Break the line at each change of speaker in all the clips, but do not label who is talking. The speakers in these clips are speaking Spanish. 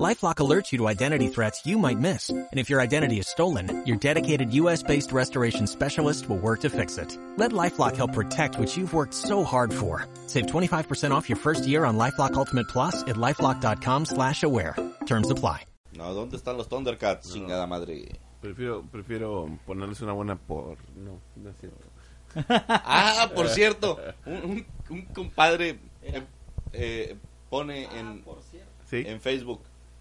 LifeLock alerts you to identity threats you might miss, and if your identity is stolen, your dedicated U.S.-based restoration specialist will work to fix it. Let LifeLock help protect what you've worked so hard for. Save 25% off your first year on LifeLock Ultimate Plus at lifeLock.com/slash-aware. Terms apply.
No, ¿dónde están los Thundercats?
No.
Chingada madre.
Prefiero, prefiero ponerles una buena por. No, no es cierto.
Ah, por cierto, un, un- un compadre eh, eh, pone en,
Sí,
en Facebook,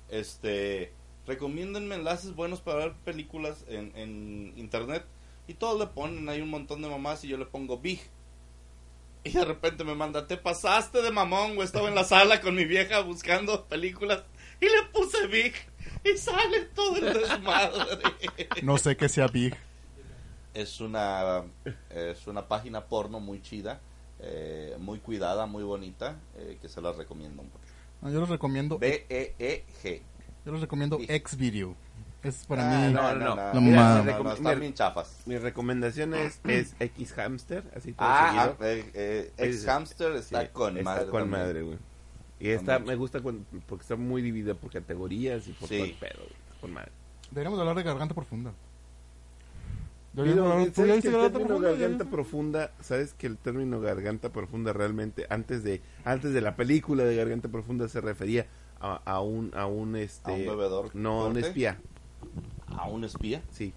este, recomiéndenme enlaces buenos para ver películas en, en internet. Y todos le ponen, hay un montón de mamás y yo le pongo Big. Y de repente me manda, te pasaste de mamón, güey. Estaba en la sala con mi vieja buscando películas y le puse Big. Y sale todo el desmadre.
No sé qué sea Big.
es una es una página porno muy chida eh, muy cuidada muy bonita eh, que se las recomiendo mucho
No, yo les recomiendo,
B E E G
yo les recomiendo
Big.
Xvideo. Es para
Ah,
mí.
no, no.
La
Mira,
mamada.
no, no,
Recom-
están
mira.
bien chafas
mi recomendación es, es X Hamster, así todo
ah,
seguido.
ah, eh, eh,
Sí, sí,
ex
sí.
hamster
Sí,
está con
está
madre
con
también.
madre, güey. Y esta
mucho.
me gusta cuando- porque está muy dividida por categorías y por
Sí.
todo el pedo, güey. Está Con madre.
Deberíamos hablar de garganta profunda.
Pero,
Deberíamos hablar- ¿Tú ya
eh, ¿sabes que
viste
el
garganta
término
profunda? Ya-
garganta profunda, sabes que el término garganta profunda realmente antes de antes de la película de garganta profunda se refería a, a un a un este
¿A un bebedor
no, a un
fuerte?
espía,
a un espía
sí.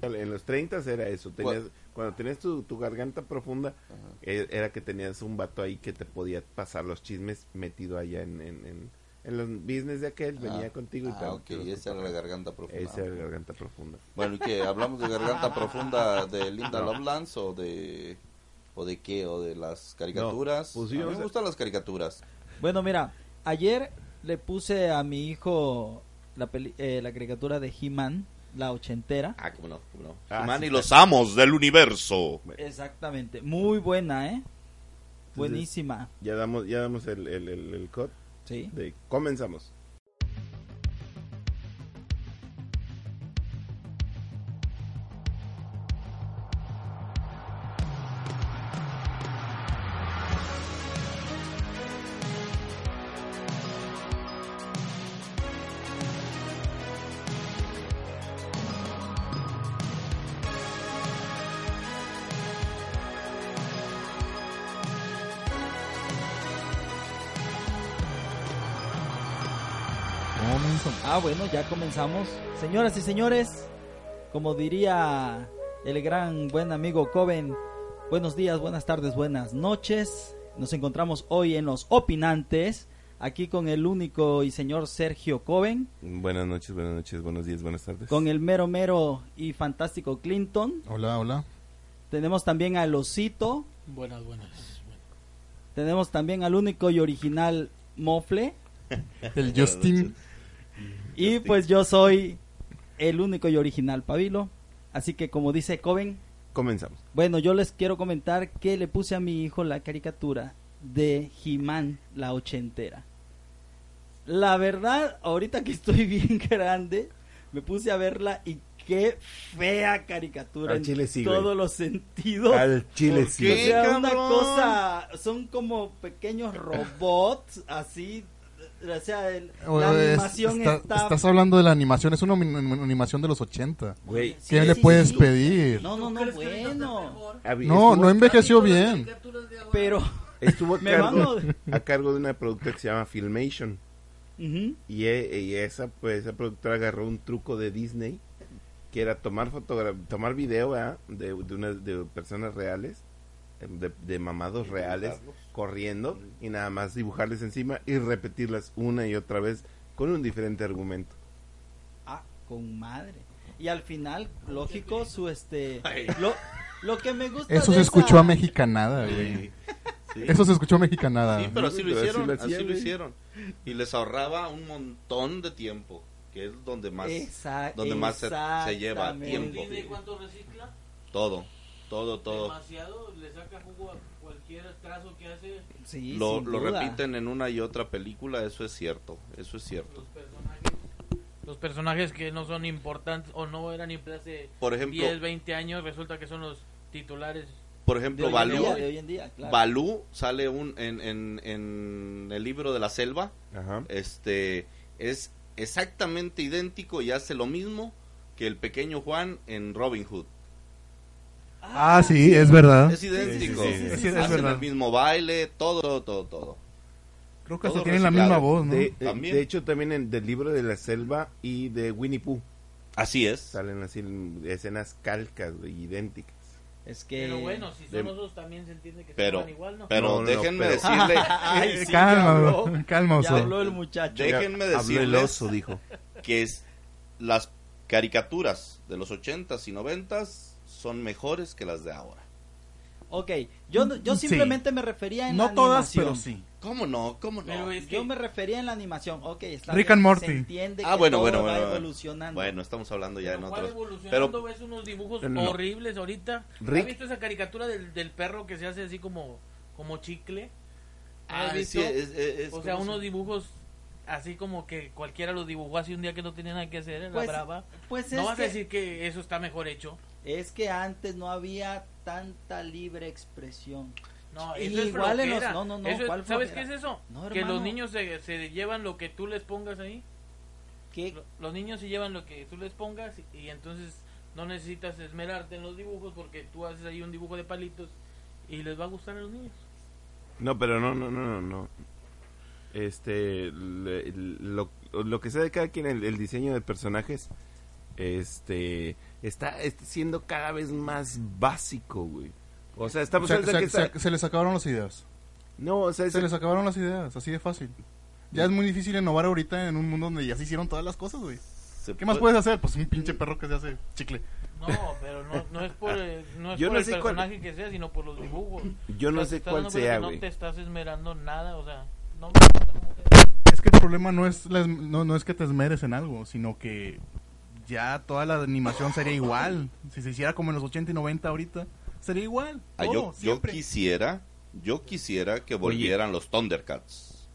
En los 30 era eso, tenías cuando tenías tu, tu garganta profunda eh, era que tenías un vato ahí que te podía pasar los chismes metido allá en en, en, en los business de aquel, venía contigo y
ah,
te-
ok,
te los
esa era la garganta profunda
esa era la garganta profunda.
bueno y que hablamos de garganta profunda de Linda Lovelace o de o de qué o de las caricaturas
pues sí,
a mí
o
me
sea-
gustan las caricaturas
Bueno, mira, ayer le puse a mi hijo la, peli- eh, la caricatura de He-Man, la ochentera.
ah cómo no cómo no
Ah,
He-Man
sí,
y los amos del universo
Exactamente, muy buena, ¿eh? Buenísima,
Ya damos ya damos el el el, el cut
sí.
de comenzamos.
Comienzo.
Ah, bueno, ya comenzamos. Señoras y señores, como diría el gran buen amigo Coven, buenos días, buenas tardes, buenas noches. Nos encontramos hoy en Los Opinantes, aquí con el único y señor Sergio Coven,
Buenas noches, buenas noches, buenos días, buenas tardes.
con el mero mero y fantástico Clinton.
Hola, hola.
Tenemos también al Osito,
Buenas, buenas. buenas.
tenemos también al único y original Mofle.
El Justin.
Y pues yo soy el único y original Pabilo. Así que como dice Coven,
Comenzamos.
bueno, yo les quiero comentar que le puse a mi hijo la caricatura de He-Man, la ochentera. La verdad, ahorita que estoy bien grande, me puse a verla y qué fea caricatura
Al
en
chile sí, güey.
todos los sentidos.
Al chile
¿Por
sí.
qué?
O sea,
¡Eh,
una
cabrón!
cosa, son como pequeños robots, así, o sea, el- la
Oye, eh, es-
animación
está-
está...
Estás hablando de la animación. Es una anim- animación de los 80.
Güey,
Sí,
¿Qué
sí,
le
sí,
puedes
sí.
pedir?
No, no,
¿Tú
no,
crees que ahorita está
bueno,
mejor?
había-
No, no
estuvo,
envejeció
Las
bien.
caricaturas de ahora.
pero...
estuvo a
Me
cargo,
van
a cargo de una productora que se llama Filmation
Ujú.
y, e- y esa pues esa productora agarró un truco de Disney que era tomar fotogra tomar video ¿verdad? de de, una- de personas reales em, de, de mamados reales corriendo y nada más dibujarles encima y repetirlas una y otra vez con un diferente argumento.
Ah, con madre. Y al
Ah,
final, lógico, su este... Lo, lo que me gusta
Eso
de
se
esa-
escuchó a mexicanada, güey.
Sí.
Eso se escuchó a mexicanada.
Sí, pero así lo
Pero así
hicieron,
lo
así
hacían,
lo
güey.
hicieron. Y les ahorraba un montón de tiempo, que es donde más
Exa-
donde más se- se lleva
exactamente.
tiempo.
¿Vive cuánto recicla?
todo, todo, todo.
Demasiado, le saca jugo a cualquier trazo que hace.
Sí,
Lo,
sin
lo
duda.
repiten en una y otra película, eso es cierto, eso es cierto.
Los personajes Los personajes que no son importantes o no eran importantes hace
Por ejemplo,
10, 20 años, resulta que son los titulares.
por
De
ejemplo,
hoy, en
Balú,
día, de hoy en día, claro.
Balú sale un, en, en, en el libro de la selva,
Ajá.
este es exactamente idéntico y hace lo mismo que el pequeño Juan en Robin Hood.
Ah, sí, es verdad.
Es idéntico.
sí, sí, sí,
sí, es
Hacen
verdad.
el mismo baile, todo, todo, todo, todo.
Creo que hasta
todo
tienen la misma
reciclado.
voz, ¿no?
De, de-
También.
de hecho, también en, del libro de la selva y de Winnie Pooh
Así es.
salen así mm, escenas calcas, güey, idénticas.
Es que.
Pero bueno, si
de-
son osos también se entiende que
Pero,
son igual, ¿no?
pero
No, no,
déjenme
pero-
decirle,
Ay,
Eh,
sí, ya
calma,
habló.
bro, calma,
Ya
oso.
habló el muchacho.
De- Déjenme
Habló el
decirles-
oso, dijo.
que es, las caricaturas de los 80s y 90s son mejores que las de ahora.
Ok, yo, no- yo
Sí.
simplemente me refería en la
No todas,
animación.
pero sí.
¿Cómo no? ¿Cómo no?
Pero es que-
Yo me refería en la animación. Ok, está
Rick
bien,
and Morty.
Se entiende
Ah,
que
bueno,
todo
bueno,
va
bueno. bueno.
evolucionando.
Bueno, estamos hablando ya
Pero
en
¿cuál
otros.
evolucionando?
Pero
ves unos dibujos
No, no, no.
horribles ahorita.
Rick-
¿Has visto esa caricatura del, del perro que se hace así como, como chicle? ¿No
Ah,
has visto?
sí, es- es- es-
o sea,
¿cómo se-
unos dibujos así como que cualquiera los dibujó así un día que no tenía nada que hacer en
Pues,
la brava.
pues
no
es,
vas
que,
a decir que eso está mejor hecho.
es que antes no había tanta libre expresión.
No,
Y
eso es
igual en los-
flojera.
no, no, no,
Eso es-
¿cuál
¿Sabes qué
flojera?
es eso?
No,
que los
hermano.
niños se, se llevan lo que tú les pongas ahí.
¿Qué?
Lo- Los niños se llevan lo que tú les pongas y, y entonces no necesitas esmerarte en los dibujos porque tú haces ahí un dibujo de palitos y les va a gustar a los niños.
No, pero no, no, no, no, no. Este, le- lo, lo que sea de cada quien, el, el diseño de personajes, este, está este, siendo cada vez más básico, güey. O sea, estamos...
Se-
o sea,
se-
que está-
se- se les acabaron las ideas.
no, o sea, es-
Se les acabaron las ideas, así de fácil. Ya es muy difícil innovar ahorita en un mundo donde ya se hicieron todas las cosas, güey.
se
¿Qué más
puede-
puedes hacer? Pues un pinche perro que se hace chicle.
No, pero no, no es por, eh, no es
Yo
por
no
el
sé cuál-
personaje que sea, sino por los dibujos.
yo no
O sea, te
sé
estás
cuál
dando cuenta
sea,
que
güey.
No te estás esmerando en nada, o sea, no me importa cómo te-
Es que el problema no es, la es- no, no es que te esmeres en algo, sino que ya toda la animación sería igual. Si se hiciera como en los 80 y 90 ahorita, sería igual.
Ah,
Todo,
yo, yo
siempre.
quisiera, yo quisiera que volvieran los Thundercats.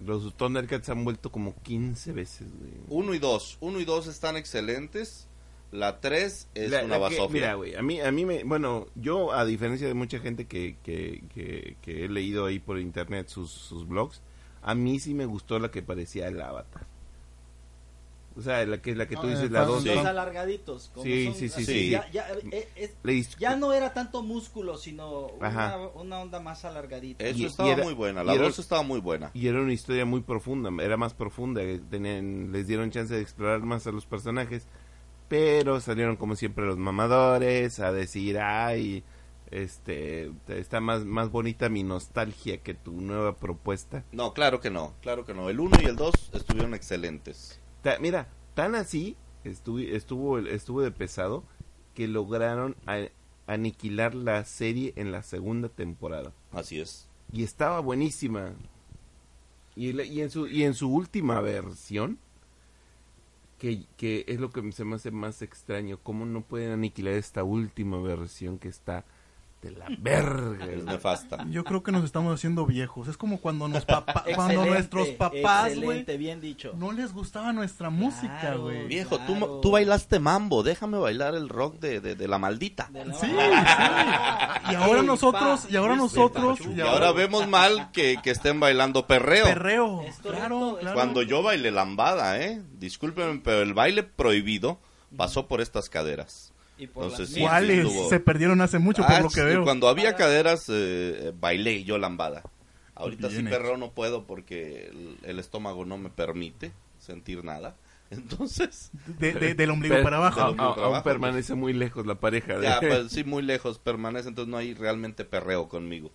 Los Thundercats se han vuelto como 15 veces, güey.
Uno y dos, uno y dos están excelentes. La tres es
La-
una
la que- Mira,
basofia.
güey, a mí, a mí me... Bueno, yo, a diferencia de mucha gente que, que, que, que he leído ahí por internet sus, sus blogs, a mí sí me gustó la que parecía el avatar. O sea, la que, la que tú
Ah,
dices, la
sí.
dos...
Los
Sí.
alargaditos. como
Sí,
son
sí, sí,
así,
sí.
Ya, ya, eh, es-
le dis-
ya no era tanto músculo, sino una,
Ajá.
una onda más alargadita.
Eso
Y-
estaba
y era-
muy buena, la
y era-
dos estaba muy buena.
Y era una historia muy profunda, era más profunda, eh, tenían, les dieron chance de explorar más a los personajes, pero salieron como siempre los mamadores a decir, ay, este, está más, más bonita mi nostalgia que tu nueva propuesta.
No, claro que no, claro que no. El uno y el dos estuvieron excelentes.
Ta- mira, tan así estuvo, estuvo, el- estuvo de pesado que lograron a- aniquilar la serie en la segunda temporada.
Así es.
y estaba buenísima. Y, la- y en, su, y en su última versión, que, que es lo que se me hace más extraño, cómo no pueden aniquilar esta última versión que está de la verga.
Es
güey.
nefasta.
Ah,
Yo creo que nos estamos haciendo viejos. Es como cuando, nos papá- cuando
Excelente,
nuestros papás, güey,
Excelente, bien dicho.
no les gustaba nuestra música,
Claro.
güey.
Viejo, tú,
Claro.
tú bailaste mambo, déjame bailar el rock de, de, de la maldita.
De la-
Sí, sí. Y ahora
Ey,
nosotros,
pa,
y ahora nosotros,
Y ahora vemos mal que, que estén bailando perreo.
perreo.
Es correcto,
Claro,
es
claro.
Cuando yo bailé lambada, ¿eh? Discúlpenme, pero el baile prohibido pasó por estas caderas.
Y por
Entonces,
las
sí,
mías.
¿Cuáles?
estuvo.
Se perdieron hace mucho,
Ah,
por lo
sí,
que veo.
Cuando había caderas, eh, eh, bailé yo lambada. Ahorita
Bien
sí
hecho.
perreo no puedo porque el, el estómago no me permite sentir nada. Entonces,
De- de- del ombligo
Pero-
para abajo.
del
aún-
ombligo
aún
para abajo,
permanece muy lejos la pareja. de-
ya, pues sí, muy lejos permanece, entonces no hay realmente perreo conmigo.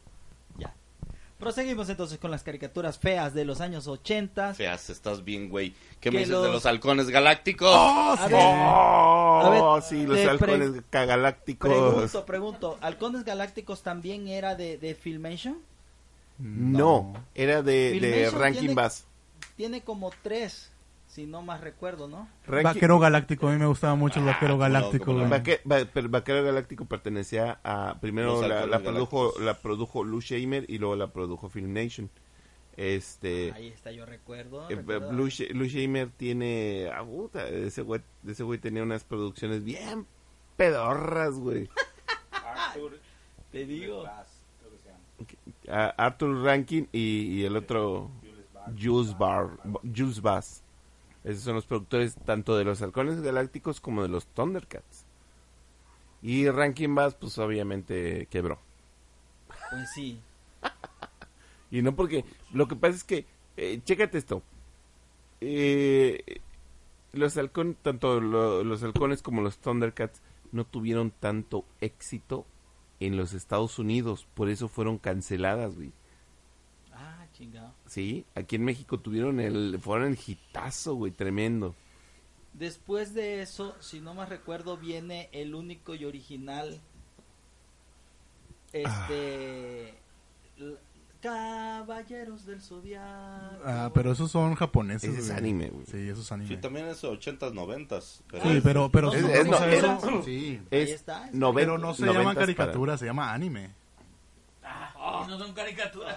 Proseguimos entonces con las caricaturas feas de los años
Ah.
80.
Feas, estás bien, güey. ¿Qué me
Que
dices de
los-
los halcones galácticos?
¡Oh,
A
sí!
ver,
¡Oh,
a ver,
sí! Los
te
halcones cagalácticos.
Pregunto, pregunto, ¿Halcones Galácticos también era de, de Filmation?
No, era de, de
Filmation
Rankin
tiene-
Bass.
Tiene como tres, si no más recuerdo, ¿no?
Rankin-
Vaquero Galáctico, a mí me gustaba mucho el Vaquero
cómo Ah, no,
Galáctico.
cómo no.
güey.
Vaque- va- pero Vaquero Galáctico pertenecía a primero
Los
la, la
Halcones
produjo
Galácticos.
la produjo Lou Shamer y luego la produjo Film Nation. Este,
Ahí está, yo recuerdo.
eh,
recuerdo.
Blue, Sh- Blue Shamer tiene. Ah, puta, ese güey, ese güey tenía unas producciones bien pedorras, güey.
Arthur.
Te digo.
Bass, creo que se llama.
A- Arthur Rankin y, y el otro.
Jules Bass.
Jules Bar. Jules Bass. Esos son los productores tanto de los Halcones Galácticos como de los Thundercats. Y Rankin Bass, pues obviamente quebró.
Pues sí.
Y no porque. Lo que pasa es que. eh, chécate esto. Eh, los halcones, tanto lo- los halcones como los Thundercats, no tuvieron tanto éxito en los Estados Unidos. Por eso fueron canceladas, güey.
Ah, chingado.
Sí, aquí en México tuvieron el. Fueron el hitazo, güey, tremendo.
Después de eso, si no más recuerdo, viene el único y original. Este.
Ah.
l- Caballeros del Zodiaco.
Ah, pero esos son japoneses.
Ese es
güey.
anime, güey.
Sí, esos anime.
Sí, también es 80s, 90s. Pero
Ah.
Sí, pero, pero
Es-
son-
es-
o sea,
es-
eso- sí.
Ahí
Es
está, es-
noven-
Pero no se llaman
noventas para-
caricaturas, se llama anime.
Ah.
Y no son caricaturas.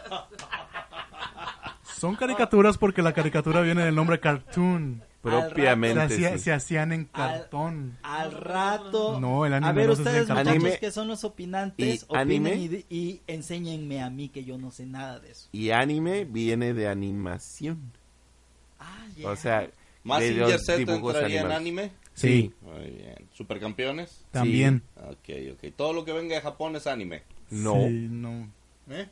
Son caricaturas porque la caricatura viene del nombre cartoon. Se,
Propiamente.
hacía-
sí.
se hacían en cartón.
Al rato.
No, el anime
A ver,
no se
ustedes,
siente
muchachos,
anime.
que son los opinantes,
Y
opinen
anime.
y, di- y enséñenme a mí que yo no sé nada de eso.
Y anime viene de animación.
Ah,
O
ya.
sea,
¿Más
de los
Z
dibujos
entraría en
animados.
anime?
Sí.
Muy bien. ¿Supercampeones?
También.
Ok, ok. Todo lo que venga de Japón es anime.
No.
Sí, no.
¿Eh?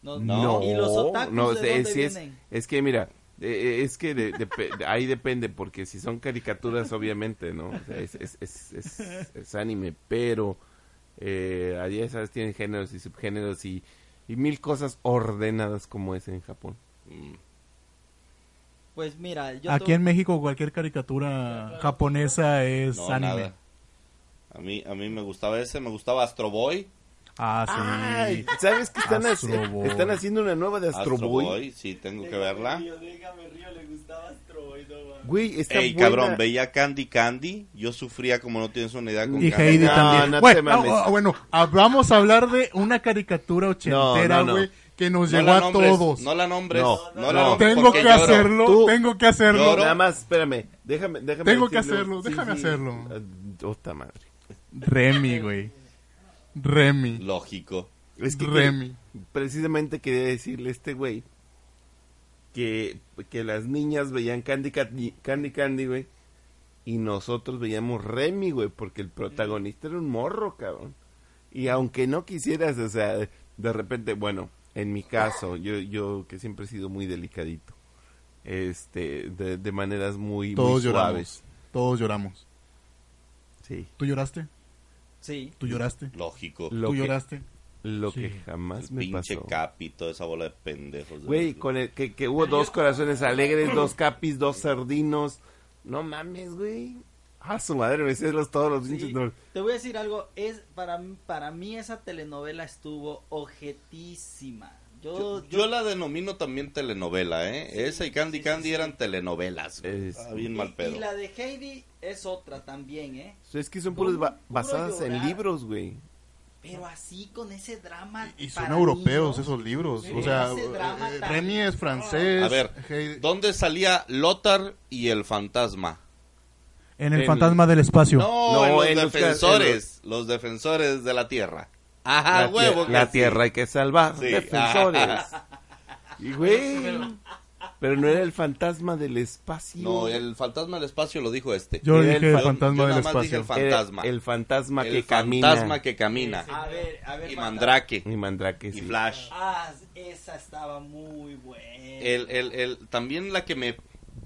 no,
No,
¿Y los otakus
no,
de
es-
dónde
es, es-
vienen?
es que mira, eh, eh, es que de- depe- ahí depende, porque si son caricaturas, obviamente, ¿no? O sea, es, es- es- es- es anime, pero eh, ahí ya sabes, tienen géneros y subgéneros y, y mil cosas ordenadas como es en Japón.
Mm.
Pues mira, yo
Aquí
tengo-
en México cualquier caricatura japonesa es
No,
anime.
nada. A mí, a mí me gustaba ese, me gustaba Astro Boy.
Ah, sí.
Ay, ¿Sabes que están, haci-
Astro Boy.
están haciendo una nueva de Astro, Boy?
sí, tengo que
Ah.
verla.
Déjame río, le gustaba Astro Boy, no mames.
Güey, está
Ey,
buena.
cabrón, veía Candy Candy. Yo sufría como no tienes una idea con
Y
Candy.
Heidi
No,
también.
no te
bueno,
mames.
ah, ah, bueno, ah, vamos a hablar de una caricatura ochentera,
No, no, no.
güey, que nos
pues,
No
llegó
la
a
nombres,
todos.
No la nombres.
No,
No,
no,
la
no.
nombres
tengo
porque
que
lloro.
hacerlo,
Tú-
tengo que hacerlo.
Lloro.
Nada más, espérame, déjame, déjame
Tengo que
decirle-
hacerlo, déjame hacerlo.
Ah, Puta madre.
Remy, güey. Remy.
Lógico.
Es que
Remy.
precisamente quería decirle a este güey que, que las niñas veían Candy Candy, Candy, Candy, güey, y nosotros veíamos Remy, güey, porque el protagonista era un morro, cabrón. Y aunque no quisieras, o sea, de repente, bueno, en mi caso, yo, yo que siempre he sido muy delicadito, este, de, de maneras muy, muy
Todos
suaves.
lloramos. Todos lloramos.
Sí.
¿Tú lloraste?
Sí.
¿Tú lloraste?
Lógico.
Lo
¿Tú
que,
lloraste?
Lo
Sí.
que jamás
El
me
pinche
pasó.
Capi, toda esa bola de pendejos. de
Güey,
los-
con el que, que hubo dos corazones alegres, dos capis, dos sardinos. No mames, güey. Ah, su madre, me sé los todos los
Sí.
pinches. nombres.
Te voy a decir algo, es para, m- para mí esa telenovela estuvo objetísima. Yo,
Yo,
yo,
yo la denomino también telenovela, ¿eh? Esa y Candy Candy eran telenovelas. güey.
Es-
Ah, bien
y-
mal
Y
pedo.
la de Heidi es otra también, ¿eh?
Es que son puras ba-
Puro
basadas en
llorar.
libros, güey.
Pero así con ese drama.
Y son
para
europeos
niños.
esos libros.
Sí.
O sea,
Ese drama
eh,
tan-
Remy es francés.
A ver,
Heidi-
¿dónde salía Lothar y el fantasma?
En el
en-
fantasma del espacio.
No,
No,
en los
en los ca-
defensores. los... defensores de la tierra. Ajá,
la, tie-
huevo. que
la
sí.
tierra hay que salvar.
Sí.
Defensores. Y, güey.
Pero-
Pero no era el fantasma del espacio.
No, el fantasma del espacio lo dijo este.
Yo
Era
dije
el
el,
fan-
fantasma
yo
del
nada más dije
espacio.
el fantasma.
Era El fantasma
El
que
fantasma
camina.
que camina.
A ver, a ver.
Y
fantasma.
Mandrake.
Y Mandrake,
Y
sí.
Flash.
Ah, esa estaba muy buena.
El, el, el, también la que me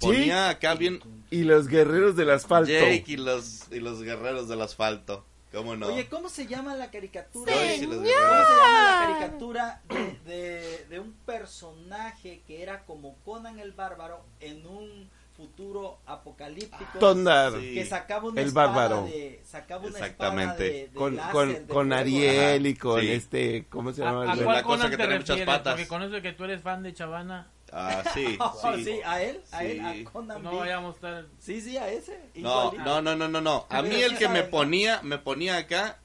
ponía acá bien.
Y los guerreros del asfalto.
Jake y los, y los guerreros del asfalto. ¿Cómo no?
Oye, ¿cómo se llama la caricatura?
Yo dije los
¿Cómo
guerreros.
se llama la caricatura de, de- de un personaje que era como Conan el Bárbaro en un futuro apocalíptico?
Tondar.
Sí.
Que sacaba una
El
espada
bárbaro.
de- sacaba una
Exactamente.
espada de- de
con,
láser,
con,
de
con
fuego.
Ariel y con
Sí.
este, ¿cómo se llama?
¿A, a
el-
la cosa
cuál Conan
que
te
tenía muchas
refieres?
patas.
Porque con eso que tú eres fan de Chavana,
Ah, sí.
Oh,
sí.
sí, a él, a él,
Sí.
a Conan
no
Big.
vayamos a estar...
Sí, sí, a ese.
No,
igualito.
no, no, no, no, no. A
Pero
mí
sí
el que me
saben, ¿no?
ponía, me ponía acá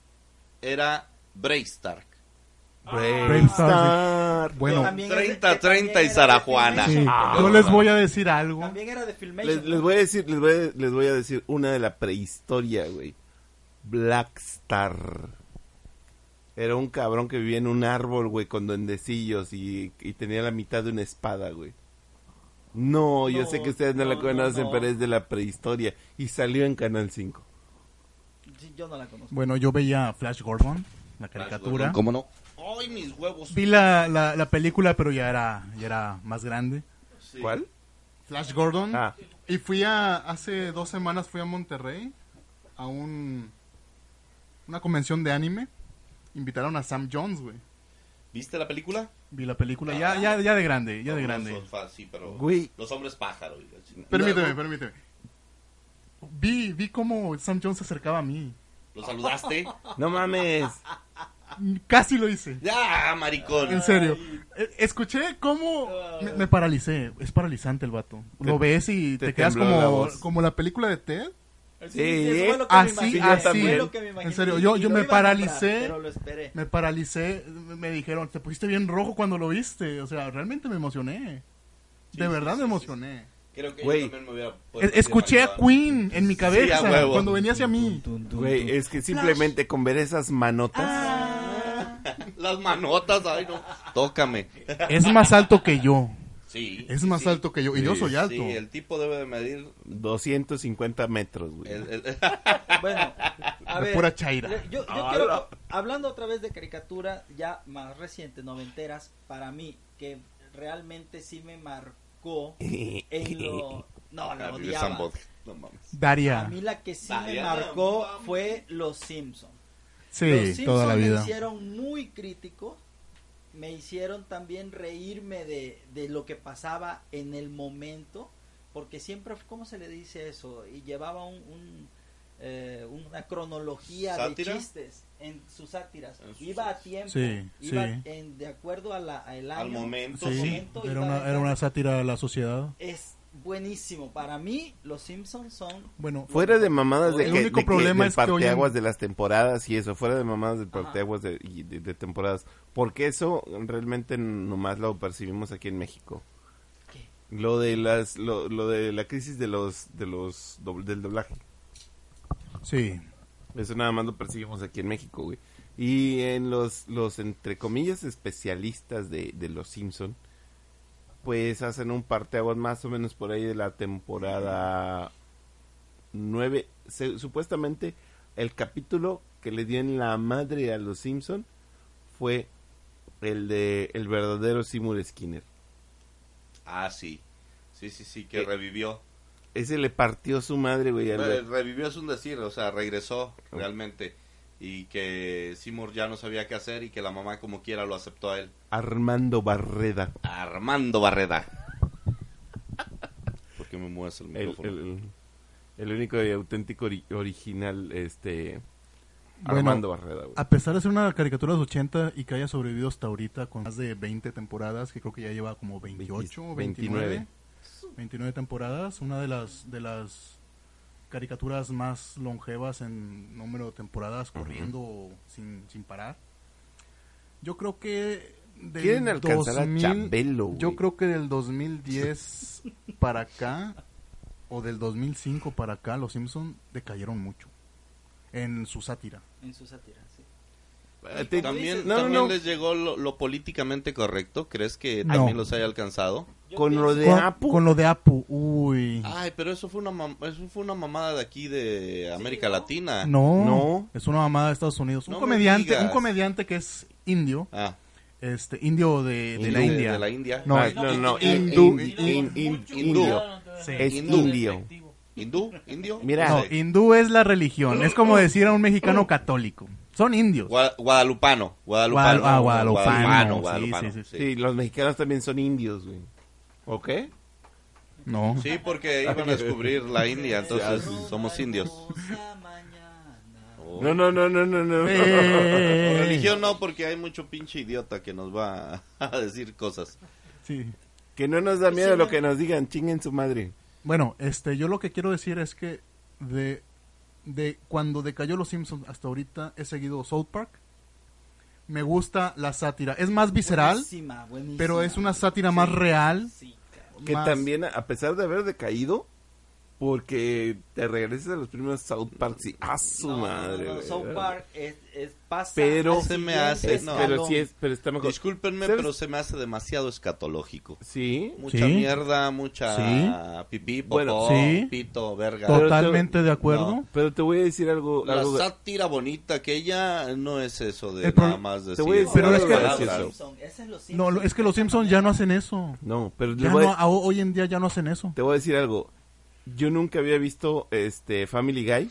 era Braystark.
Bravestar.
Bueno,
También es de-
30,
que también
30 y
es de
Zarajuana.
sí,
Filmation.
Ah,
yo
no,
les
no.
voy a decir algo.
También era de Filmation.
Les, les voy a decir, les voy a, les voy a decir una de la prehistoria, güey. Blackstar. Era un cabrón que vivía en un árbol, güey, con duendecillos y, y tenía la mitad de una espada, güey. No, yo
No,
sé que ustedes no, la
no, no,
conocen,
no.
pero es de la prehistoria. Y salió en Canal 5.
Sí, yo no la conozco.
Bueno, yo veía Flash Gordon, la caricatura.
¿Cómo no?
¡Ay, mis huevos!
Vi la, la, la película, pero ya era, ya era más grande.
Sí.
¿Cuál?
Flash Gordon.
Ah,
Y fui a, hace dos semanas fui a Monterrey a un, una convención de anime. Invitaron a Sam Jones, güey.
¿Viste la película?
Vi la película, ya, ya, ya de grande, ya de
No,
grande.
los- fa- sí, pero
Güey.
Los hombres pájaros. y la chingada.
Permíteme, permíteme. Vi, vi cómo Sam Jones se acercaba a mí.
¿Lo saludaste?
no mames.
Casi lo hice.
¡Ya, maricón!
En serio. Eh, Escuché cómo me, me paralicé. Es paralizante el vato. Lo ves y te,
te
quedas
tembló la
como,
voz.
como la película de Ted.
Sí,
eso fue lo que me
así,
imaginé,
así.
fue lo que me imaginé.
En serio, yo-
Y
yo
lo
me
iba a comprar,
paralicé.
Pero lo esperé.
Me paralicé. Me me dijeron, te pusiste bien rojo cuando lo viste. O sea, realmente me emocioné. De verdad me emocioné.
Creo que
Güey.
yo también me hubiera
Eh,
puesto
Escuché a
maricón.
Queen en mi cabeza
a huevo.
cuando venía hacia mí.
Tun, tun, tun.
eh,
Güey, es que simplemente con ver esas manotas.
Las manotas, ay, no. Tócame.
Es más alto que yo.
Sí.
Es más
sí.
alto que yo. Y
Sí,
yo soy alto.
Sí, el tipo debe de medir.
250 metros, güey.
el- el-
Bueno, a
De
ver.
pura chaira.
le- Yo, yo
Ah,
quiero, hablando otra vez de caricatura ya más reciente, noventeras, para mí, que realmente sí me marcó en lo... No, la
Ah, vive
odiaba.
Zambot. No mames.
A
Daria.
mí la que sí me
Vaya,
marcó
vamos.
fue Los Simpsons. Los
Sí,
Simpsons
toda la
me
vida.
hicieron muy crítico. Me hicieron también reírme de, de lo que pasaba en el momento. Porque siempre, ¿cómo se le dice eso? Y llevaba un, un, eh, una cronología
¿Sátira?
de chistes en sus sátiras.
En sus
iba a
sátiras.
tiempo.
Sí,
iba
sí.
en- de acuerdo a la, al año.
Al momento.
Sí.
sí.
momento
era
iba
una, era
dejando-
una sátira a la sociedad.
Es buenísimo. Para mí, los Simpsons son...
Bueno,
Fuera de mamadas de
El
que,
único
de que-
problema
del
es que hoy en-
parteaguas de las temporadas y eso, fuera de mamadas del
Ajá.
parteaguas de, y de- de temporadas, porque eso realmente nomás lo percibimos aquí en México.
¿Qué?
Lo de las lo, lo de la crisis de los de los dobl- del doblaje.
sí.
Eso nada más lo percibimos aquí en México, güey. Y en los los entre comillas especialistas de, de los Simpson pues hacen un parteaguas más o menos por ahí de la temporada 9. Se- supuestamente el capítulo que le dio en la madre a los Simpson fue el de el verdadero Seymour Skinner.
Ah, sí. Sí, sí, sí, que
Eh,
revivió.
Ese le partió su madre, güey. al-
Re- revivió es un decir, o sea, regresó realmente. Y que Seymour ya no sabía qué hacer y que la mamá como quiera lo aceptó a él.
Armando Barreda.
Armando Barreda. ¿Por qué me mueves el
El,
micrófono?
el- el único y auténtico ori- original, este...
Bueno,
Armando Barreda, güey.
A pesar de ser una caricatura de los 80 y que haya sobrevivido hasta ahorita con más de 20 temporadas, que creo que ya lleva como 28 o 29, 29 temporadas, una de las de las caricaturas más longevas en número de temporadas corriendo sin, sin parar. Yo creo que del
Quieren alcanzar a
2000
Chabelo, güey.
Yo creo que del 2010 para acá o del 2005 para acá los Simpson decayeron mucho en su sátira.
En sus sátiras, sí.
Eh, te-
¿También,
no, no,
también
no.
les llegó lo, lo políticamente correcto? ¿Crees que
No.
también los haya alcanzado?
Yo
Con lo de
con,
Apu.
con lo de Apu, uy.
Ay, pero eso fue una, mam- eso fue una mamada de aquí de América Latina.
no,
no.
es una mamada de Estados Unidos. Un
No me
comediante,
digas.
un comediante que es indio,
Ah,
este indio de, de
indio
la
de-
India.
de la India.
No,
Ah,
eh,
no, no,
eh,
hindú,
eh,
hin- hin-
mucho
hindú.
cuidado, no te-
Sí.
Es
no te-
indio.
efectivo.
¿Hindú? ¿Indio?
Mira.
No,
Sí.
hindú es la religión, es como decir a un mexicano católico. Son indios.
Gua- Guadalupano, Guadalupano,
Guadalu- ah, guadalupano,
Guadalupano,
sí,
Guadalupano,
sí, sí,
sí.
Sí, los mexicanos también son indios, güey. ¿O qué?
No.
Sí, porque iban a descubrir la India, entonces
Una
somos indios.
hermosa mañana.
No, no, no, no, no, no.
Eh, eh,
Por
eh,
religión no, porque hay mucho pinche idiota que nos va a decir cosas.
sí.
Que no nos da miedo lo que nos digan, chinguen su madre.
Bueno, este, yo lo que quiero decir es que de, de cuando decayó Los Simpsons hasta ahorita he seguido South Park, me gusta la sátira. Es más visceral,
Buenísima, buenísima.
pero es una sátira más real.
Sí, cabrón.
Que
más-
también, a pesar de haber decaído, porque te regresas a los primeros South Park, sí, a su
No, no,
madre.
no,
güey.
South Park es, es pasa.
Pero-
al
Se me
siguiente
hace-
Es-
no.
pero
escalón.
sí es, pero está mejor.
Discúlpenme,
¿Sabes?
pero se me hace demasiado escatológico.
Sí,
Mucha
Sí.
mierda, mucha
Sí.
pipí, popó,
Bueno,
sí.
pito, verga.
Totalmente de acuerdo.
No.
pero te voy a decir algo.
La
algo-
sátira bonita que ella no es eso de
El
nada
pro-
más
te
decir.
voy a decir
Pero es que-
palabras.
Gracias.
Simpson, ese es los
No,
Simpson.
lo- es que los Simpsons ya no hacen eso.
No, pero les
Ya
voy a-
Ah, no, a- hoy en día ya no hacen eso.
te voy a decir algo. Yo nunca había visto este Family Guy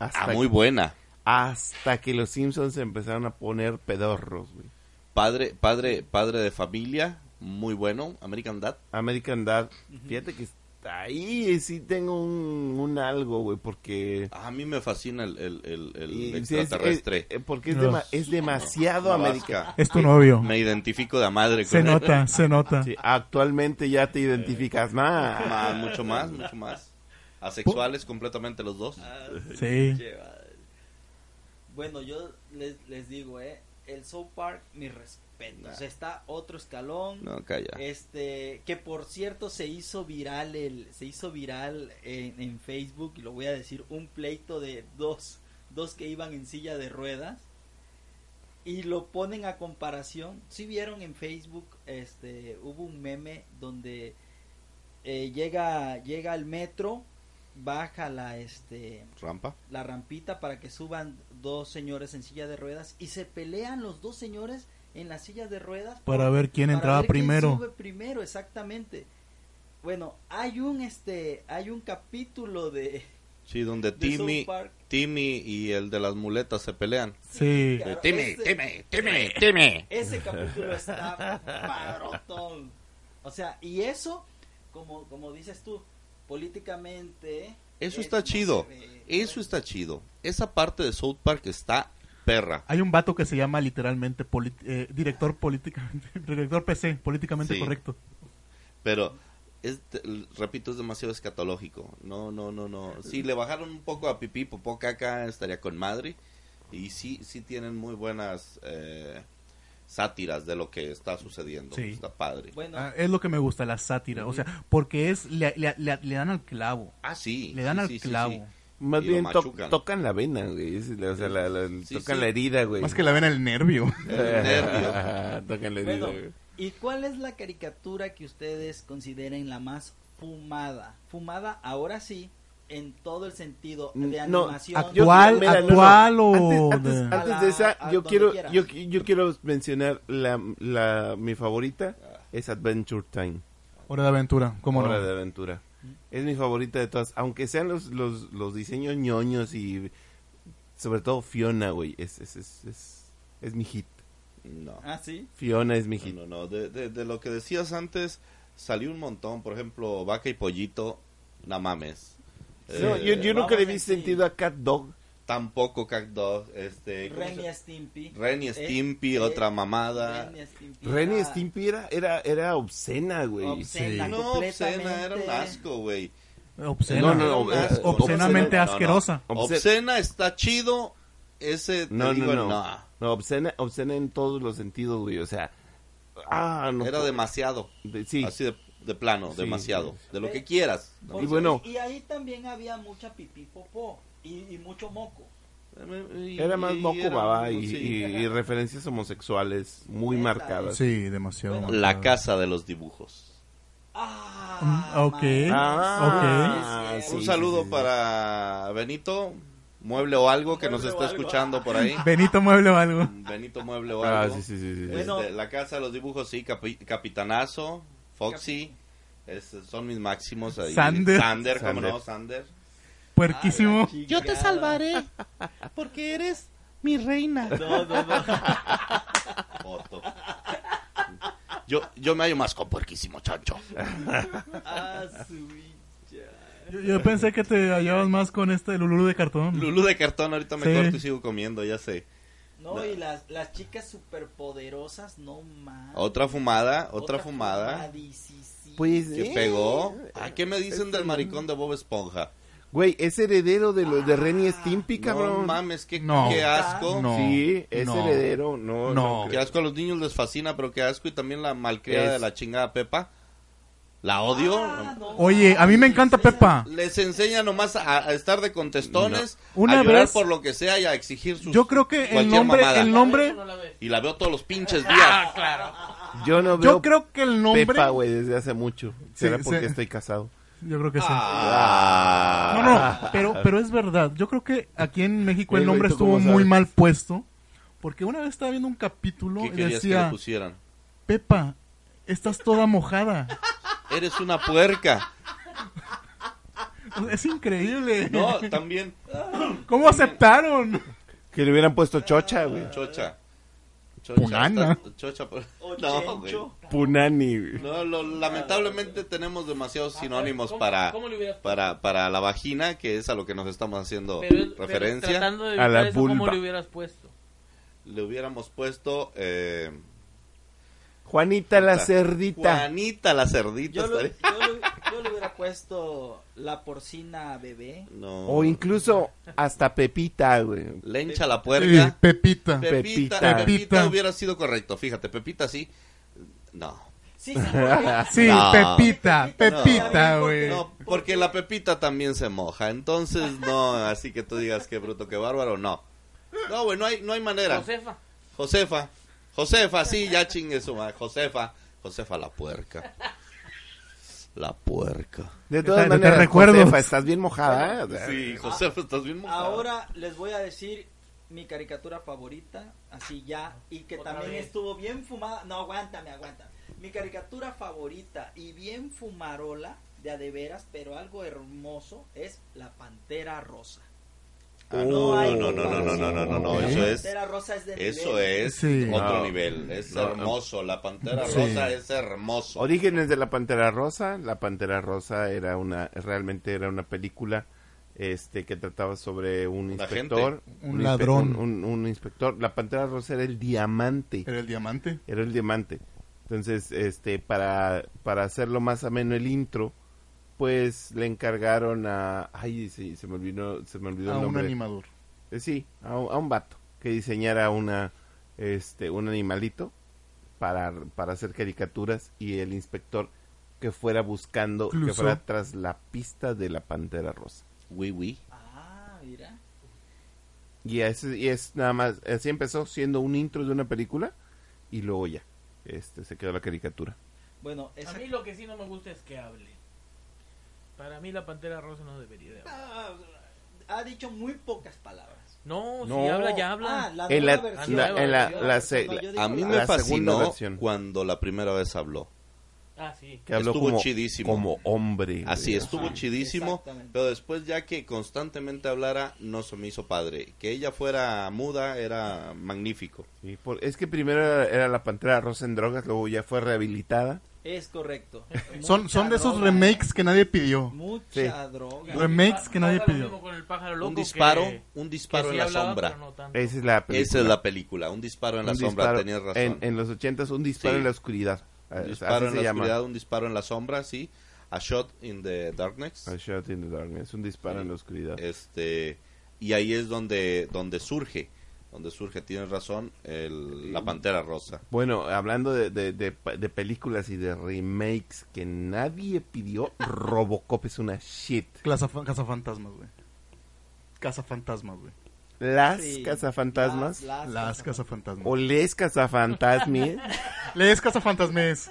hasta,
Ah, muy buena.
hasta que los Simpsons se empezaron a poner pedorros, güey.
Padre, padre, padre de familia, muy bueno. American Dad.
American Dad, fíjate que ahí sí tengo un, un algo, güey, porque
A mí me fascina el, el, el, el
y- es- es-
extraterrestre.
eh, porque es,
No.
dema- es demasiado
No,
americano.
vasca.
Es tu novio.
Me identifico de a madre.
Se
con él.
nota, se nota.
Sí, actualmente ya te identificas más.
Más, mucho más, mucho más. Asexuales completamente los dos.
Sí.
Che, madre. Ah, Bueno, yo les, les digo, eh, el South Park, mi respeto. O sea, está otro escalón.
No, calla.
Este, que por cierto se hizo viral el, se hizo viral en, en Facebook, y lo voy a decir, un pleito de dos, dos que iban en silla de ruedas y lo ponen a comparación. Si vieron en Facebook, este, hubo un meme donde eh, llega, llega el metro, baja la, este,
Rampa.
la rampita para que suban dos señores en silla de ruedas y se pelean los dos señores en las sillas de ruedas
Para ver quién
para
entraba
ver quién
primero.
sube primero, exactamente. Bueno, hay un este, hay un capítulo de,
Sí, donde
de
Timmy,
South Park.
Timmy y el de las muletas se pelean.
Sí.
Claro,
Timmy,
ese-
Timmy, Timmy, Timmy.
Ese capítulo está parotón. O sea, y eso, como, como dices tú, políticamente.
Eso
eh,
está
no se
chido.
ve.
Eso está chido. Esa parte de South Park está perra.
Hay un vato que se llama literalmente polit- eh, director políticamente, director PC, políticamente
Sí.
correcto.
Pero, es- te- l- repito, es demasiado escatológico. No, no, no, no. Si le bajaron un poco a pipí, popó, caca, estaría con madre. Y sí, sí tienen muy buenas eh, sátiras de lo que está sucediendo.
Sí.
Está padre.
Bueno,
Ah, es lo que me gusta, la sátira. O sea, porque es le, le- le- le dan al clavo.
Ah, sí.
Le dan
sí,
al
sí, sí,
clavo.
sí.
Más
Y lo
bien to-
machucan.
tocan la vena, güey. Es- O sea, la- la-
Sí,
tocan
sí.
la herida, güey.
Más que la ven el nervio.
Eh.
nervio.
tocan la herida,
bueno,
güey.
¿y cuál es la caricatura que ustedes consideren la más fumada? Fumada, ahora sí, en todo el sentido de
No,
animación.
yo-
¿Cuál?
mira,
Mm, ¿Actual o
Antes,
de-
antes- antes de
A la-
esa,
a
yo
donde
quiero,
quieras.
yo, yo quiero mencionar la, la- mi favorita es Adventure Time,
Hora de aventura, como
Hora
no.
de Aventura. Es mi favorita de todas, aunque sean los, los, los diseños ñoños y sobre todo Fiona, güey, es, es, es, es, es mi hit.
No.
Ah, sí.
Fiona es mi hit.
No, no, no. De, de- de lo que decías antes, salió un montón. Por ejemplo, vaca y pollito, no mames.
No,
Eh,
yo, yo nunca le vi
vamos en sí.
sentido a Cat Dog.
Tampoco Cat Dog, este... ¿cómo
Ren
se-
y Stimpy.
Ren y
Eh,
Stimpy,
eh,
otra mamada.
Ren y Stimpy.
Ren y
era
Stimpy era, era, era obscena, güey.
obscena,
No, obscena, era un
completamente.
asco, güey.
Obscena.
No,
Ah,
no,
Era un
eh,
asco.
obscenamente
No, no, no.
asquerosa.
Obscen-
Obscena está chido, ese te
No,
digo,
no, no.
nah,
No, obscena, obscena en todos los sentidos, güey. O sea, ah, no.
Era demasiado,
de- sí.
así de, de plano,
Sí.
demasiado. De lo que quieras.
Por
Y bueno-
supuesto, y ahí también había mucha pipí popó y, y mucho moco.
Era más moco
era-
baba y,
sí.
y- y referencias homosexuales muy
Neta,
marcadas.
Sí, demasiado.
Bueno,
La
marcada.
casa de los dibujos.
Ah,
Mm, ok.
madre.
Ah,
Sí,
sí,
Un
sí,
saludo
sí, sí.
para Benito, mueble o algo que nos
Mueble
está
o algo.
escuchando por ahí.
Benito Mueble o algo.
Benito, mueble o
Ah,
algo.
sí, sí, sí, sí.
Este,
Bueno.
la casa de los dibujos, sí, Capi- Capitanazo, Foxy, es- son mis máximos ahí.
Sander.
Sander, cómo
Sander.
no, Sander.
Ah,
Puerquísimo.
Yo te salvaré porque eres mi reina. No, no, no.
Otto. Yo, yo me hallo más con puerquísimo chancho.
Ah, su bicha.
Yo, yo pensé que te hallabas más con este Lulú de cartón.
Lulú de cartón, ahorita me
Sí.
corto y sigo comiendo, ya sé.
No, y las, las chicas superpoderosas, no más.
Otra fumada, otra, fumada. Ah,
fumadisísima.
Pues,
Que
eh,
pegó. ¿A qué me dicen del maricón de Bob Esponja?
Güey, es heredero de, los de Ren y Stimpy,
No
cabrón.
mames, qué,
No.
qué asco.
No.
sí, es
no.
heredero. No,
No.
no.
Qué
creo.
asco a los niños les fascina, pero qué asco. Y también la malcriada
Es-
de la chingada Pepa. La odio.
Oye, a mí me encanta Pepa.
Les enseña nomás a, a estar de contestones,
No. Una
a llorar
vez-
por lo que sea y a exigir sus
Yo creo que el
cualquier
nombre,
mamada.
el Ah, nombre,
No la ves.
Y la veo todos los pinches días.
Yo no veo
yo creo que el nombre,
Pepa, güey, desde hace mucho. Será
Sí,
porque
sí.
estoy casado.
yo creo que sí.
Ah.
No, no, pero, pero es verdad. Yo creo que aquí en México el
Güey,
nombre
¿tú cómo
estuvo muy
sabes?
mal puesto. Porque una vez estaba viendo un capítulo
¿Qué
y
querías que le
decía,
pusieran?
Pepa, estás toda mojada.
Eres una puerca.
Es increíble.
No, también.
¿Cómo aceptaron?
Que le hubieran puesto chocha, güey.
Chocha. Chocha.
Punana.
está- Chocha. por- No, güey.
Punani, güey.
No, lo- lamentablemente tenemos demasiados sinónimos
¿Cómo-
para,
cómo le hubieras-
para, para la vagina, que es a lo que nos estamos haciendo
Pero- pero
referencia.
tratando de
a la
evitar eso, ¿Cómo
vulva.
le hubieras puesto?
Le hubiéramos puesto eh,
Juanita la
Puta.
cerdita.
Juanita la cerdita.
Yo, lo-
estaría-
yo lo- yo le hubiera puesto la porcina bebé.
No.
Mm.
O incluso hasta Pepita, güey.
Lencha la
Sí,
puerca. Pepita,
Pepita.
Pepita.
Pepita
Pepita.
hubiera sido correcto, fíjate, Pepita sí. No.
Sí, sí, porque-
Sí,
No.
Pepita,
No.
Pepita, güey.
No, porque la Pepita también se moja, entonces no, así que tú digas qué bruto, qué bárbaro, no. No, güey, no hay, no hay manera.
Josefa.
Josefa, Josefa, sí, ya chingue su madre, Josefa, Josefa la puerca. La puerca.
De
Te-
todas
te
maneras,
recuerdo.
Josefa, estás bien mojada. ¿eh?
Sí, Josefa, estás bien mojada.
Ahora les voy a decir mi caricatura favorita, así ya, y que
Otra
también
vez.
estuvo bien fumada. No, aguántame, aguántame. Mi caricatura favorita y bien fumarola, de a de veras, pero algo hermoso, es La Pantera Rosa.
Ah, no,
hay
no, no, no, no, no, no, no, no,
comparación.
Oh, eso
La
es
Pantera Rosa es de
eso
nivel.
es
Sí.
otro
No.
nivel, es
No, no.
hermoso, la pantera
Sí.
rosa es hermoso.
Orígenes de la Pantera Rosa. La Pantera Rosa era una, realmente era una película este que trataba sobre un
Un
inspector,
Un
inspe- un,
ladrón.
un- un inspector. La Pantera Rosa era el diamante,
Era el diamante.
era el diamante. Entonces, este, para, para hacerlo más ameno el intro, pues le encargaron a, ay, sí, se me olvidó, se me olvidó
A
el
un
nombre.
animador.
Eh, sí, a, un- a un vato que diseñara una, este, un animalito para, para hacer caricaturas y el inspector que fuera buscando, que
Incluso.
fuera tras la pista de la pantera rosa.
Oui, oui.
Ah, mira.
Y es, y es nada más, así empezó siendo un intro de una película y luego ya, este, se quedó la caricatura.
Bueno, esa...
A mí lo que sí no me gusta es que hable. Para mí la pantera rosa no debería de hablar.
Ah, ha dicho muy pocas palabras.
No, si
No.
habla, ya
Ah,
habla.
la
En
nueva
la-
versión.
la- en la-
nueva
la
versión,
se-
no, yo digo
A mí
la-
me
La segunda
fascinó
versión.
cuando la primera vez habló.
Ah, sí.
Que habló
Estuvo
como,
chidísimo.
como hombre.
Así
güey.
estuvo chidísimo,
exactamente.
pero después ya que constantemente hablara, no se me hizo padre. Que ella fuera muda era magnífico.
Sí, por- es que primero era, era la pantera rosa en drogas, luego ya fue rehabilitada.
Es correcto.
Son,
Mucha
son de esos
droga.
remakes que nadie pidió.
Mucha droga.
Remakes que nadie
Pasa lo
pidió.
mismo con el pájaro loco
un disparo,
que-
un
que
disparo
sí
en la
hablaba,
sombra.
pero no tanto.
Esa es la película.
Esa es la película, un disparo en la
Un
sombra,
disparo
tenías razón.
En, en los ochentas, un disparo
Sí.
en la oscuridad. Ah,
un
Así
disparo en
se
la
llama.
oscuridad, un disparo en la sombra, sí. A shot in the darkness.
A shot in the darkness, un disparo en la oscuridad.
Este, y ahí es donde donde surge, donde surge, tienes razón, el- la pantera rosa.
Bueno, hablando de, de- de pa- de películas y de remakes que nadie pidió, Robocop es una shit.
Clasafa- Cazafantasmas, güey. Cazafantasmas, güey.
Las
Sí.
cazafantasmas
Las,
Las
cazafantasmas.
cazafantasmas.
o les cazafantasmies.
Les cazafantasmes.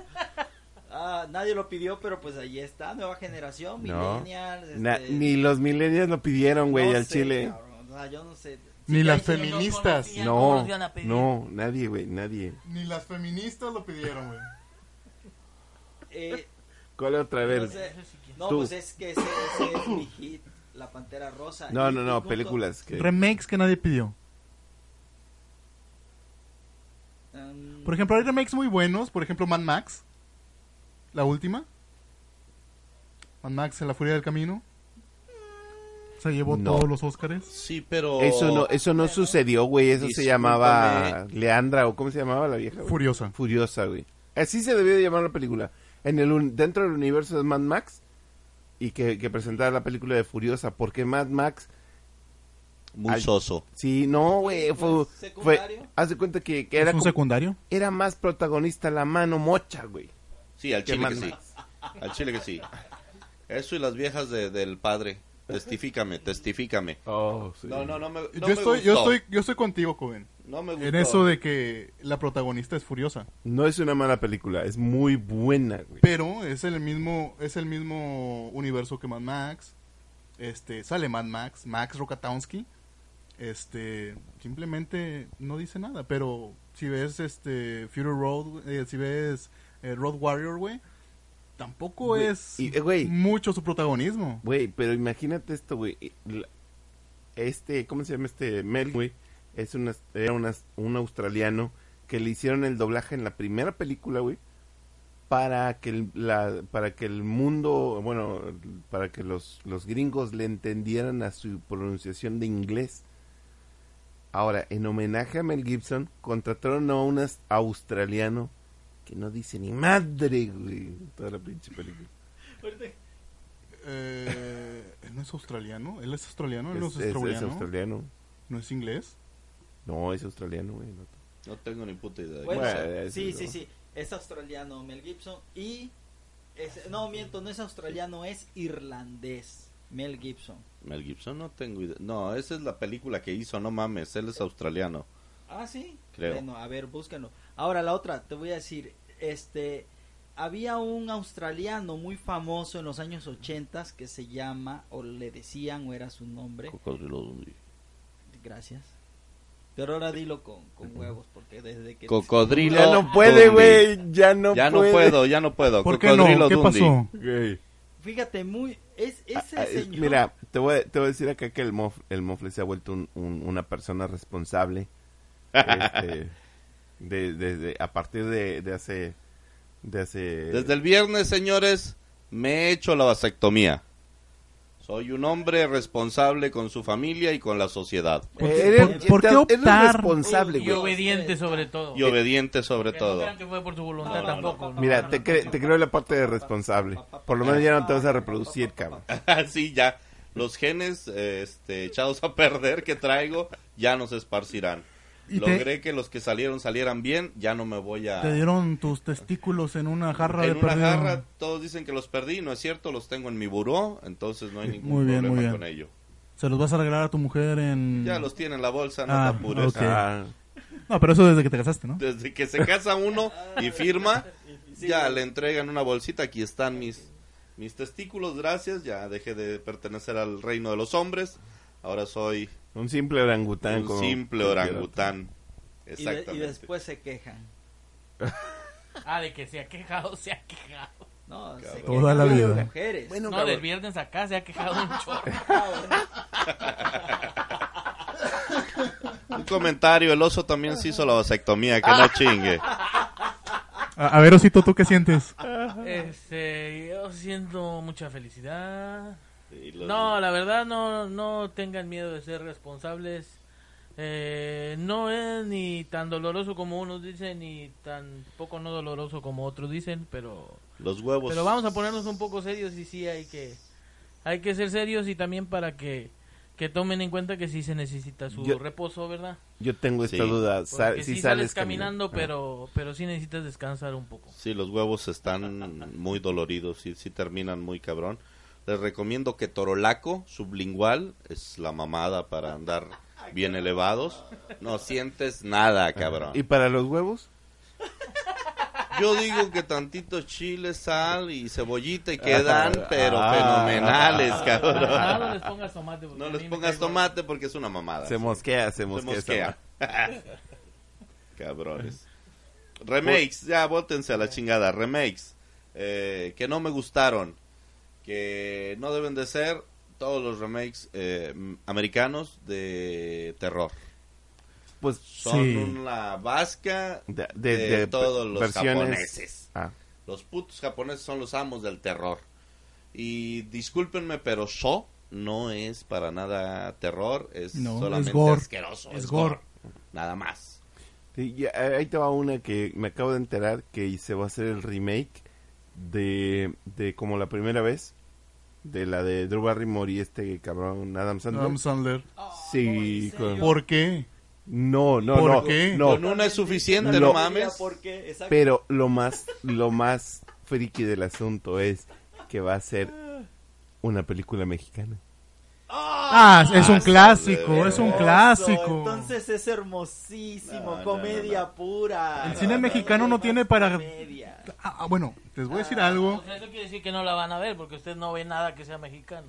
Ah, nadie lo pidió, pero pues ahí está. Nueva generación,
No.
millennials.
Na-
este,
ni los millennials lo pidieron, güey,
no
al
sé,
chile.
cabrón, o sea, yo no sé.
Ni
Sí,
las
sí, no,
feministas.
conocía. ¿Cómo
No,
los iban a pedir?
no, nadie, güey, nadie.
Ni las feministas lo pidieron, güey.
eh,
¿Cuál otra
no,
vez?
sé.
Eso sí que-
No,
Tú.
pues es que ese, ese es mi hit. La Pantera Rosa.
No,
Y-
no,
y
no,
junto-
películas que...
Remakes que nadie pidió.
Um,
Por ejemplo, hay remakes muy buenos. Por ejemplo, Mad Max. La última. Mad Max en la furia del camino. Se llevó
No.
todos los Óscares.
Sí, pero
Eso no, eso no sucedió, güey. Eso se llamaba
Discúlpame.
Leandra o cómo se llamaba la vieja. güey?
Furiosa.
Furiosa, güey. Así se debió de llamar la película. En el un- dentro del universo de Mad Max y que, que presentara la película de Furiosa, porque Mad Max,
Muy
Al-
soso.
sí, no, güey, fue, fue,
secundario.
haz de cuenta que, que
¿Es
era,
un
como-
secundario?
era más protagonista la mano mocha, güey.
Sí, al
¿Qué
chile que
manda?
sí. Al chile que sí. Eso y las viejas de- del padre. Testifícame, testifícame.
Oh, sí.
No, no, no me, no
Yo
me
estoy, yo
gustó.
estoy, yo estoy contigo, Coven.
No me gustó.
En eso de que la protagonista es furiosa.
No es una mala película, es muy buena, güey.
Pero es el mismo, es el mismo universo que Mad Max. Este, sale Mad Max, Max Rokatowski. Este, simplemente no dice nada, pero si ves este Fury Road, eh, si ves eh, Road Warrior, güey, tampoco
Güey,
es
y, eh, güey.
mucho su protagonismo.
Güey, pero imagínate esto, güey. La- Este, ¿cómo se llama este? Mel, güey. Es un, as- era un, as- un australiano que le hicieron el doblaje en la primera película, güey. Para que, el, la, para que el mundo, bueno, para que los, los gringos le entendieran a su pronunciación de inglés. Ahora, en homenaje a Mel Gibson, contrataron a un as- australiano que no dice ni madre, güey. en Toda la pinche película.
Eh, él no es australiano, él es australiano, él no
Es-
es,
es-
australiano,
es australiano.
no es inglés.
No, es australiano, güey. no.
No tengo ni puta idea. de
Bueno,
quién
Bueno,
sea.
es-
sí, sí, sí. Es australiano Mel Gibson y... es- no, miento, no es australiano, es irlandés Mel Gibson.
Mel Gibson no tengo idea. No, esa es la película que hizo, no mames. Él es australiano.
Ah, sí.
Creo.
Bueno, a ver, búsquenlo. Ahora la otra, te voy a decir, este, había un australiano muy famoso en los años 80 que se llama, o le decían, o era su nombre,
Cocodrilo Dundee.
gracias. Pero ahora dilo con, con huevos, porque desde que...
Cocodrilo.
Ya no puede,
Dundee.
güey. Ya no
ya no
puede.
puedo, ya no puedo.
¿Por qué no?
Cocodrilo
¿Qué
Dundee.
pasó?
Güey.
Fíjate, muy... Es, ese
Ah, ah, es-
señor...
mira, te voy, a- te voy a decir acá que el, mof, el mofle se ha vuelto un- un- una persona responsable. este, de- desde- a partir de, de hace. De hace.
Desde el viernes, señores, me he hecho la vasectomía. Soy un hombre responsable con su familia y con la sociedad.
¿Por,
Eh,
qué-
eres-
por- por qué
eres
optar?
responsable,
Y
güey.
obediente sobre todo.
Y obediente sobre
Que no
todo.
crean que fue por su
No,
voluntad
no, no.
tampoco. no, no,
Mira,
no,
te,
no.
cre- te creo la parte de responsable. Por lo menos ya no te vas a reproducir, cabrón.
sí, ya. Los genes eh, este, echados a perder que traigo ya nos esparcirán.
Y te-
Logré que los que salieron salieran bien, ya no me voy a...
Te dieron tus testículos en una jarra
en
de
una
perdido.
jarra todos dicen que los perdí, no es cierto, los tengo en mi buró, entonces no hay ningún
Muy bien,
problema
muy bien.
con ello.
Se los vas a regalar a tu mujer en...
Ya los tiene en la bolsa, no
Ah,
te apures.
ok.
Ah,
No, pero eso desde que te casaste, ¿no?
Desde que se casa uno y firma, ya le entregan una bolsita. Aquí están mis, mis testículos, gracias. Ya dejé de pertenecer al reino de los hombres. Ahora soy
un simple orangután.
un
como
simple
cualquier
orangután.
y, de-
Exactamente.
y después se quejan.
Ah, de que se ha quejado, se ha quejado.
No, se
Cabrón.
Toda
quejan
la
las
vida.
mujeres.
Bueno,
No, del viernes acá se ha quejado un chorro.
Un comentario: el oso también se hizo la vasectomía, que no chingue.
A, a ver, Osito, ¿tú qué sientes?
Este, yo siento mucha felicidad.
Y los-
No, la verdad no, no tengan miedo de ser responsables. Eh, no es ni tan doloroso como unos dicen, ni tampoco no doloroso como otros dicen, pero,
los huevos.
Pues,
pero vamos a ponernos un poco serios y sí hay que, hay que ser serios y también para que, que tomen en cuenta que sí se necesita su
Yo-
reposo, ¿verdad?
Yo tengo esta
Sí.
duda.
Porque
sa-
sí
si sales
caminando,
caminando
pero, pero sí necesitas descansar un poco.
Sí, los huevos están muy doloridos y sí terminan muy cabrón. Les recomiendo que Torolaco sublingual es la mamada para andar bien elevados. No sientes nada, cabrón.
¿Y para los huevos?
Yo digo que tantito chile, sal y cebollita y quedan,
Ah,
pero
ah,
fenomenales,
Ah, no
cabrón.
les pongas tomate. porque
No
a
les
mí me
pongas
cae gordo.
tomate porque es una mamada.
Se mosquea, se
Ah, Se
mosquea.
mosquea. Cabrones. Remakes, ya bótense a la chingada. Remakes eh, que no me gustaron, que no deben de ser todos los remakes eh, m- americanos de terror.
Pues
Son
Sí.
una vasca
de,
de,
de- de
todos los
versiones-
japoneses.
Ah,
Los putos japoneses son los amos del terror. Y discúlpenme, pero So no es para nada terror, es
No, es
solamente
gore.
asqueroso.
Es
Es gore.
gore.
Nada más.
sí, ya, eh, ahí te va una que me acabo de enterar que se va a hacer el remake de, de como la primera vez, de la de Drew Barrymore y este cabrón Adam Sandler.
Adam Sandler.
sí, con-
¿Por qué?
no, no,
¿Por
no,
qué?
no.
Con una es suficiente,
No.
no mames.
Porque, exacto.
Pero lo más, lo más friki del asunto es que va a ser una película mexicana.
Ah, es un clásico,
de
es un
Hermoso,
clásico.
Entonces es hermosísimo,
No, no,
comedia pura.
El cine mexicano no tiene para-
comedia.
Ah, ah, bueno, les voy a decir algo.
O sea, eso quiere decir que no la van a ver porque usted no ve nada que sea mexicano.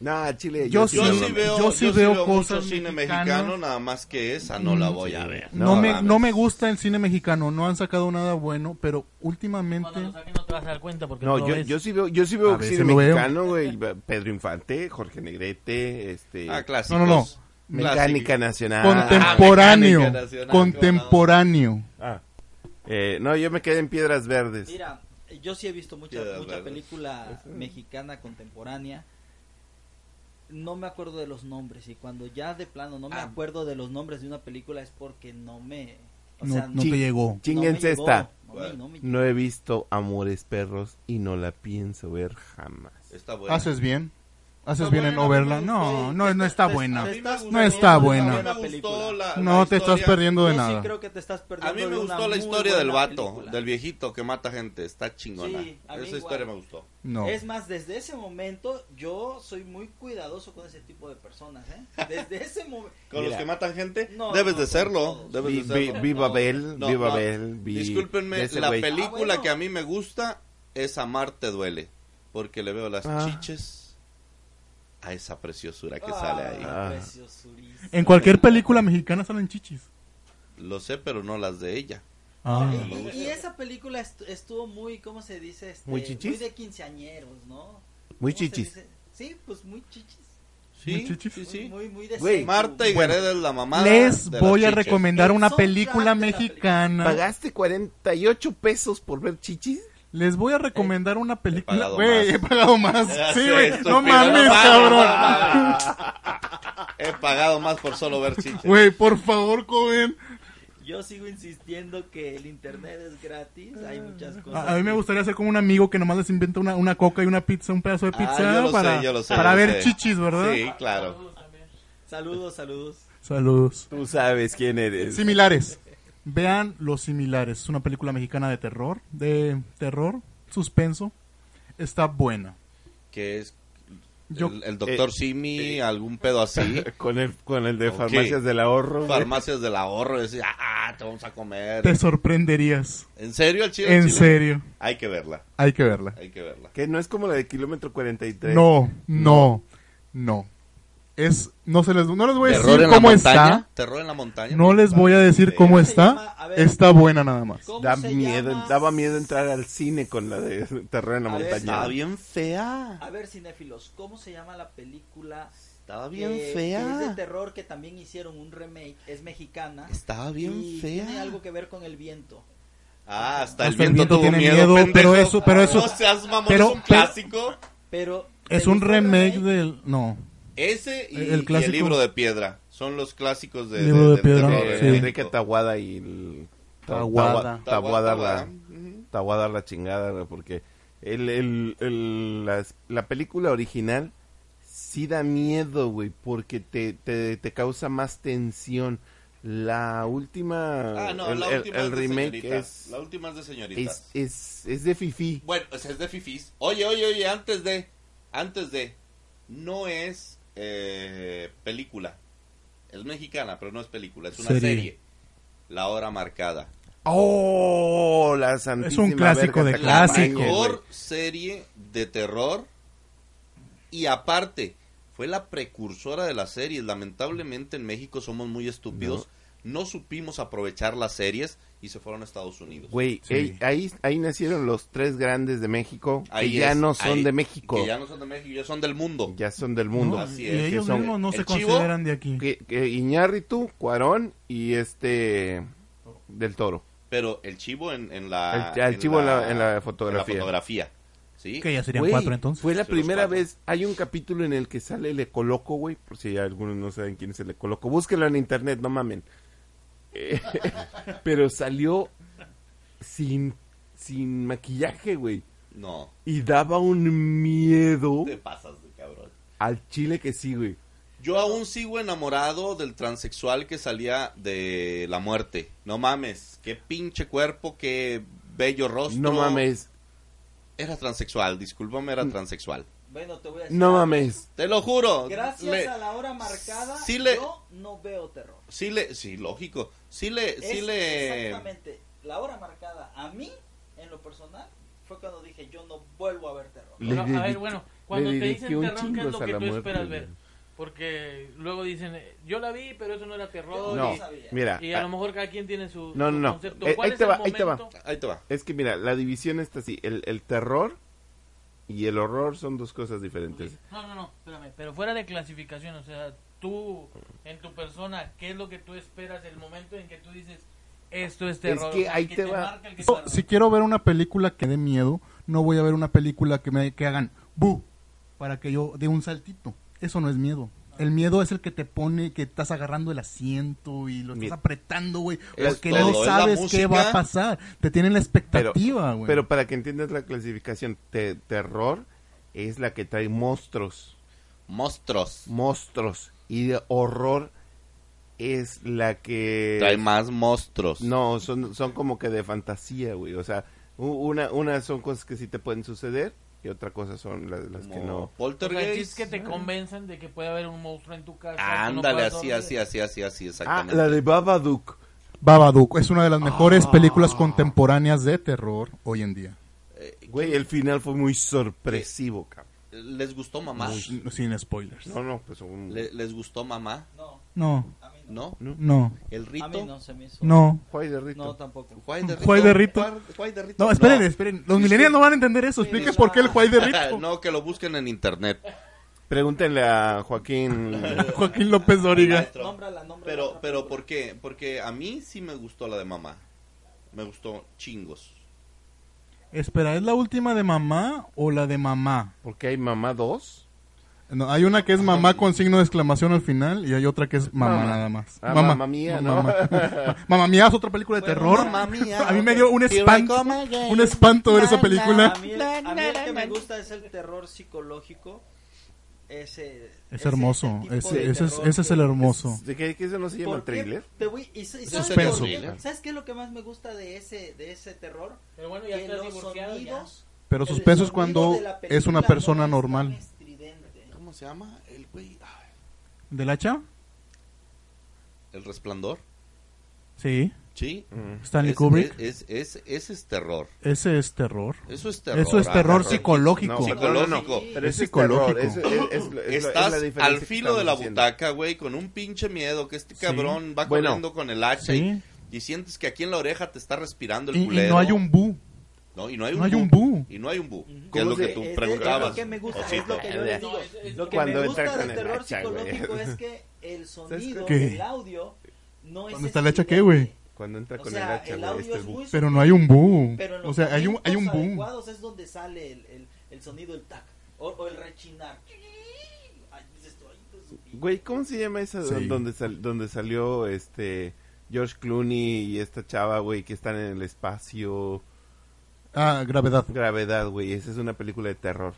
Nah, Chile.
Yo
Yo
Sí,
sí veo,
yo
yo
sí
sí
veo
veo
cosas
mucho cine
mexicanas.
mexicano, nada más que esa no la voy a ver.
No, me,
mames.
no me gusta el cine mexicano, no han sacado nada bueno, pero
Cuando lo
últimamente...
saquen no te vas a dar cuenta porque
No,
no lo
yo,
ves.
yo sí veo, yo sí
A
veo
veces
cine
lo veo.
mexicano, güey. Pedro Infante, Jorge Negrete, este.
Ah,
No,
clásicos.
no, no.
Mecánica Nacional.
Contemporáneo.
Mecánica Nacional,
Contemporáneo.
Ah. Eh, no, yo me quedé en Piedras Verdes.
Mira, yo sí he visto mucha,
Piedras
mucha
Verdes.
película mexicana contemporánea. No me acuerdo de los nombres y cuando ya de plano no me
Ah.
acuerdo de los nombres de una película es porque no me... O
No,
sea,
no
no
te llegó.
Chinguense
me llegó,
esta.
no me- no me llegó.
No he visto Amores Perros y no la pienso ver jamás.
Está buena.
Haces bien. Haces
Está
bien en
buena,
no verla.
güey,
No,
güey,
no, no está
Pues, a
buena.
mí me gustó,
No está
a mí
buena.
me gustó la-
No
la
te estás
historia.
perdiendo de
Yo sí
nada.
creo que te estás perdiendo
A mí me
de una
gustó la
muy
historia del
buena
vato,
película.
del viejito que mata gente. Está chingona.
Sí, a
Esa
mí igual.
historia me gustó.
No.
Es más, desde ese momento yo soy muy cuidadoso con ese tipo de personas, ¿eh? Desde ese momento...
Con
Mira.
los que matan gente,
No,
debes
no,
de
con
serlo.
todos.
Debes
Vi-
de
vi-
serlo.
vi Babel,
No,
vi
no.
Babel, vi- de
Discúlpenme,
ese
la
güey.
película
Ah, bueno.
que a mí me gusta es Amar te duele. Porque le veo las
Ah.
chiches a esa preciosura que sale ahí.
Ah.
preciosurísimo.
En cualquier película mexicana salen chichis.
Lo sé, pero no las de ella.
Ah.
Y, y esa película estu- estuvo muy, ¿cómo se dice? Este,
Muy chichis.
de quinceañeros, ¿no?
Muy
¿Cómo se
chichis.
dice? Sí, pues muy chichis.
Muy
Sí,
chichis.
sí, sí.
Muy, muy de
Güey,
secu.
Marta y Gareda es la mamá.
Les voy a recomendar
El
una
soundtrack
película
de la
mexicana.
¿Pagaste 48 pesos por ver chichis?
Les voy a recomendar una película.
pagado
Güey,
más.
he pagado más.
Ya
Sí,
sé,
güey.
estúpido,
No
no
mames,
mames,
cabrón.
He pagado más por solo ver chiches.
Güey, por favor, Coven.
Yo sigo insistiendo que el internet es gratis. Hay muchas cosas.
Ah. A, a mí me
que-
gustaría ser como un amigo que nomás les inventa una, una coca y una pizza, un pedazo de
Ah,
pizza
yo lo sé,
para,
yo lo sé,
para
yo lo sé.
ver chichis, ¿verdad?
Sí, claro.
Saludos, saludos.
Saludos.
Tú sabes quién eres.
Similares. Vean Los Similares. Es una película mexicana de terror. De terror, suspenso. Está buena.
Que es
Yo,
el, el doctor Simi, algún pedo así.
Con el, con el de
Ok.
Farmacias del Ahorro. güey.
farmacias del ahorro. Decir, ah, te vamos a comer.
te sorprenderías.
¿En serio, el chile?
En
el chile?
serio.
Hay que verla,
Hay que verla.
hay que verla.
Que no es como la de Kilómetro 43.
No, no, no. Es, no se les, no les voy a
¿Terror
decir
en la
Pues cómo
montaña?
está.
¿Terror en la montaña?
No les voy a decir
Sí.
cómo
se llama?
está.
A ver.
Está buena nada más.
¿Cómo
Da
se
miedo,
llama?
daba miedo entrar al cine con la de Terror en la
A ver,
Montaña.
Estaba Ah, bien fea.
A ver, cinéfilos, ¿cómo se llama la película?
Estaba bien
que- que es de
fea.
terror que también hicieron un remake. Es mexicana.
Estaba bien
y
fea.
Tiene algo que ver con el viento.
Ah, hasta,
Hasta
el viento, tuvo
tiene
miedo,
miedo,
pendejo.
pero eso- pero eso-
No seas mamón,
pero-
es un
pero-
clásico.
Pero.
Es
¿te
un
gustó el
remake del, no,
Ese y
El
y el,
clásico.
libro de piedra. Son los clásicos de,
Libro de
del
piedra,
terror
Eh,
sí.
en
Enrique
México.
Taguada y el...
Taguada.
Taguada, Taguada
Taguada.
la, Taguada la chingada, güey, porque el, el, el- las- la película original sí da miedo, güey, porque te, te, te causa más tensión. La última...
Ah, no,
el,
la
el-
última
el
es de
remake
señoritas.
es,
La última es de señoritas.
es, es, es de fifí.
Bueno, o sea, es de fifis. Oye, oye, oye, antes de. Antes de. No es eh, película. Es mexicana, pero no es película. Es una
Serie.
serie. La hora marcada.
¡Oh! La santísima
clásico
verga,
de
te
clásicos.
acompañe, güey.
Mejor serie de terror. Y aparte, fue la precursora de las series. Lamentablemente en México somos muy estúpidos. No, supimos aprovechar las series y se fueron a Estados Unidos.
Güey,
Sí.
ey, ahí, ahí nacieron los tres grandes de México que
Ahí
ya
es,
no son
ahí-
de México,
Que ya
ya...
no son de México, ya son del mundo.
son del mundo.
¿no?
Así
y
es, que
ellos
son-
mismos no se
el chivo
consideran de aquí.
Que, que Iñárritu, Cuarón y este del Toro.
Pero el chivo en, en la...
El- el chivo en la- en la fotografía.
en la fotografía, ¿sí?
Que ya serían
Güey,
cuatro entonces.
Fue la
Sí, los
primera
cuatro.
vez, hay un capítulo en el que sale Le Coloco, güey, por si algunos no saben quién es el Le Coloco. Búsquenlo en internet, no mamen. Eh, pero salió sin sin maquillaje, güey.
No,
Y daba un miedo
te pasas de cabrón.
al chile que sí, güey.
Yo aún sigo enamorado del transexual que salía de la muerte. No mames, qué pinche cuerpo, qué bello rostro.
No mames, Mm.
Era transexual, discúlpame, era transexual.
Bueno, te voy a decir.
no
algo.
mames.
Te lo juro.
Gracias
le-
a la hora marcada,
Sí le-
yo no veo terror.
Sí, le, sí, lógico. Sí le, sí
Es
le...
Exactamente. La hora marcada a mí, en lo personal, fue cuando dije yo no vuelvo a ver terror.
Le
No, a
dediqué-
ver, bueno, cuando
le
te
dediqué
dicen
un
terror, ¿qué es
chingos
lo
a
que
la
tú
muerte,
esperas ver?
güey.
Porque luego dicen, eh, yo la vi, pero eso no era terror.
No,
y-
mira. ah,
Y a lo mejor cada quien tiene su,
No, no,
su
no.
concepto.
Eh,
¿Cuál
ahí
es
te
el
va, ahí te va.
momento?
Ahí te va.
Es que mira, la división está así. El, el terror y el horror son dos cosas diferentes.
No, no, no, espérame. Pero fuera de clasificación, o sea, tú, en tu persona, ¿qué es lo que tú esperas el momento en que tú dices, esto es terror?
que
O sea,
ahí
el
te va.
marca, el que
Yo,
te-
si quiero ver una película que dé miedo, no voy a ver una película que me que hagan bu para que yo dé un saltito. Eso no es miedo. El miedo es el que te pone que estás agarrando el asiento y lo estás
Mira.
apretando, güey,
Es
porque
todo,
no
es la
sabes qué
música.
va a pasar. Te tienen la
Pero,
expectativa, güey.
pero para que entiendas la clasificación, te- terror es la que trae monstruos.
Monstruos.
Monstruos. Y de horror es la que...
Trae más monstruos.
Eh, No, son, son como que de fantasía, güey. O sea, u- una, una son cosas que sí te pueden suceder y otra cosa son las, las que
Como
no.
O sea, el
Poltergeist. Ah,
chiste es que te convenzan de que puede haber un monstruo en tu casa. que no
Ándale,
puedas
así,
dormir.
así, así, así, así,
Ah,
exactamente.
la de Babadook.
Babadook es una de las
Ah.
mejores películas contemporáneas de terror hoy en día.
Eh,
Güey, el final fue muy sorpresivo, cabrón.
¿Les gustó mamá?
Sin- Sin spoilers.
No, no, pues un-
Le- ¿Les gustó mamá?
No,
No,
a mí no.
¿No?
no,
¿El
A mí
rito?
no se me hizo.
no.
Juárez de Rito.
No, tampoco.
¿Juay de
¿Juay de Rito?
¿Juar- Juay de Rito?
No, esperen, esperen. Los millennials no van a entender eso. Expliquen por qué el Juárez de Rico.
no, que lo busquen en internet.
Pregúntenle a Joaquín.
Joaquín López Dóriga.
Maestro.
Nómbrala, nómbrala
Pero,
otra
pero,
película.
¿por qué? Porque a mí sí me gustó la de mamá. Me gustó chingos.
Espera, ¿es la última de mamá o la de mamá?
Porque hay mamá 2.
No, hay una que es mamá con signo de exclamación al final y hay otra que es mamá
Mamá.
nada más.
Ah, mamá mía, ¿no?
Mamá, Mamá mía es otra película de terror. a mí me dio un espanto, un espanto ver esa película.
A mí, el, a mí el que me gusta es el terror psicológico. Ese,
Es
ese-
hermoso,
tipo
ese,
de
ese, es,
terror
ese es el
que-
hermoso.
¿De qué, qué eso no se llama
¿Por qué?
thriller?
Te voy- y sa- y ¿sabes
Suspenso.
por qué?
Thriller.
¿Sabes qué es lo que más me gusta de ese, de ese terror?
Pero bueno, ya
Que
estás
los
divorciado. ya.
sonidos.
Pero
el
suspenso es
sonido
cuando
de la
es una
película
persona
no es tan
normal.
estridente.
¿Cómo se llama? El güey. ah, ay,
¿Del hacha?
El resplandor.
Sí.
Sí.
Stanley
Es-
Kubrick.
Es, es, es- ese es terror.
Ese es terror.
Eso es terror.
Eso es
ah,
terror
cabrón.
psicológico.
No,
Psicológico.
Pero
Es
ese
psicológico.
terror, ese- es- es- es lo- es la- es
Estás
la diferencia
al
que
filo de la
estamos haciendo.
butaca, güey, con un pinche miedo que este cabrón va
Bueno.
corriendo con el hacha
Sí.
y, y sientes que aquí en la oreja te está respirando el
Y, y
culero.
no hay un bu.
No, y no hay un,
no hay un bu.
Y no hay un bu. Que es
¿Cómo
lo que
se-
tú
Es- es
preguntabas.
lo que me gusta, es
Osito.
lo que yo les digo.
No, es- es
Lo que
Cuando
me
entra con
gusta del
el
terror
hacha, güey.
psicológico es que el sonido,
¿Qué?
el audio, no es.
¿Dónde está el hacha qué, güey?
Cuando entra
O
con
sea,
el hacha,
el
güey,
audio
este
es
bu-
muy
Pero no hay un bu.
Pero en los
O sea, hay un, hay un
momentos
bu.
adecuados es donde sale el, el, el sonido, el tac, o, o el rechinar. Ay, dices tú, ay, pues,
Güey, ¿cómo se llama esa
Sí.
donde, sal- donde salió este George Clooney y esta chava, güey, que están en el espacio?
Ah, gravedad.
Gravedad, güey, esa es una película de terror.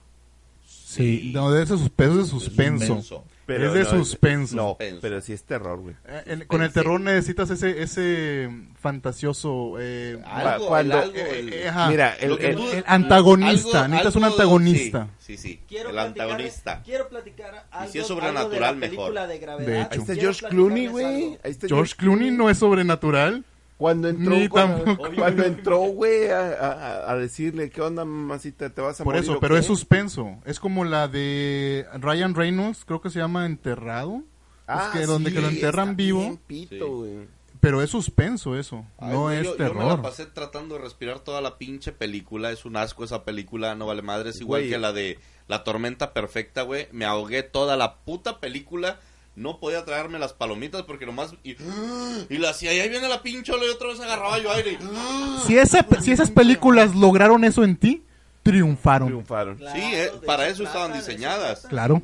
Sí, no, de ese suspenso es de suspenso.
Suspenso.
Pero
es de
no,
suspenso.
No,
Suspenso.
pero sí es terror, güey.
Eh, el- con el terror necesitas ese ese fantasioso eh,
Algo,
Cu- cuando-
el algo, el-
eh, ajá.
Mira, el-
Lo que
el-
tú-
el antagonista,
algo-
necesitas un
algo-
antagonista.
Sí, sí, sí,
Quiero
el
platicar-
antagonista.
Quiero platicar algo,
Y si es
algo de
sobrenatural,
la
mejor.
película de gravedad.
De hecho.
Ahí está
Quiero
George Clooney,
platicarles
güey.
algo.
Ahí está
George Clooney no es sobrenatural.
Cuando entró,
Ni
cuando,
tampoco.
cuando entró, güey, a, a- a decirle, ¿qué onda, mamacita? ¿Te vas a
Por
morir
eso,
o
pero
qué?"
es suspenso. Es como la de Ryan Reynolds, creo que se llama Enterrado.
Ah,
es que donde que lo
sí,
enterran
está
vivo,
bien pito,
Sí.
güey.
pero es suspenso eso.
Ay,
no
güey,
es
yo- Yo me
terror.
la pasé tratando de respirar toda la pinche película. Es un asco esa película, no vale madre. Es igual
Güey.
que la de La Tormenta Perfecta, güey. Me ahogué toda la puta película. No podía traerme las palomitas porque nomás. Y, y la hacía, y ahí viene la pinche ola", y otra vez agarraba yo aire. y-
Si, esa, si esas películas lograron eso en ti, triunfaron.
Triunfaron.
Claro,
Sí, eh,
de
para eso
trata,
estaban
de eso
diseñadas.
trata.
Claro.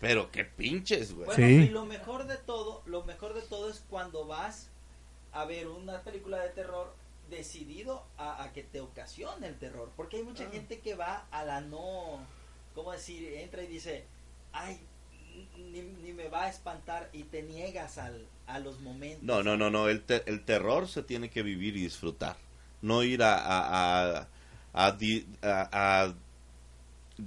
Pero qué pinches, güey.
Bueno,
Sí.
y lo mejor de todo, lo mejor de todo es cuando vas a ver una película de terror decidido a, a que te ocasione el terror. Porque hay
Ah.
mucha gente que va a la no, ¿cómo decir? Entra y dice, ay, ni, ni me va a espantar y te niegas al, a los momentos.
No, no, no, no. El, te- el terror se tiene que vivir y disfrutar. No ir a. a, a, a di- a- a di-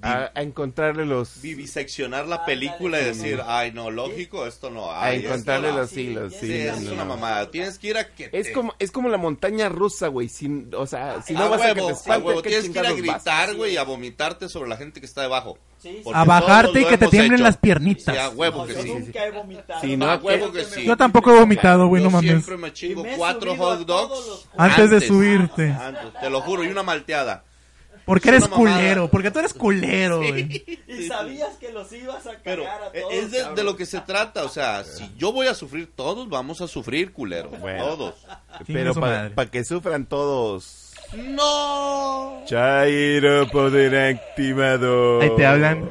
A, a encontrarle los...
viviseccionar la
Ah,
película y
dale,
decir,
sí.
ay, no, lógico, esto no.
A
Ay, esto
encontrarle
no".
los hilos,
Sí,
sí,
es
no,
una
no.
mamada. Tienes que ir a que.
Es
te-
como, es como la montaña rusa, güey. sin- o sea, si no
Ah, a
vas a que
huevo,
te
a
espantes,
huevo.
¿qué
Tienes que ir a
chingados vas?
gritar, güey, y a vomitarte sobre la gente que está debajo.
Sí, sí.
Porque
A bajarte y
todos lo
que te
hemos
tiemblen
hecho.
las piernitas.
Sí, ah, a huevo
No,
que
yo
sí.
nunca he vomitado.
Sí,
A
no,
huevo que sí.
Yo tampoco he vomitado, güey,
Yo
no mames.
siempre me chingo
Y me he
cuatro
subido a
hot dogs
todos los-
Antes de subirte.
Antes, te lo juro, y una malteada.
Porque
Es
eres
una mamada.
culero, porque tú eres culero, güey.
Y sabías que los ibas a cagar
Pero
a
e-
todos.
es de, de
cabrón.
lo que se trata, o sea, si yo voy a sufrir, todos vamos a sufrir, culero.
Bueno.
Todos.
Pero
su
para
madre.
que sufran todos.
¡No!
Chairo poder activado.
Ahí te hablan.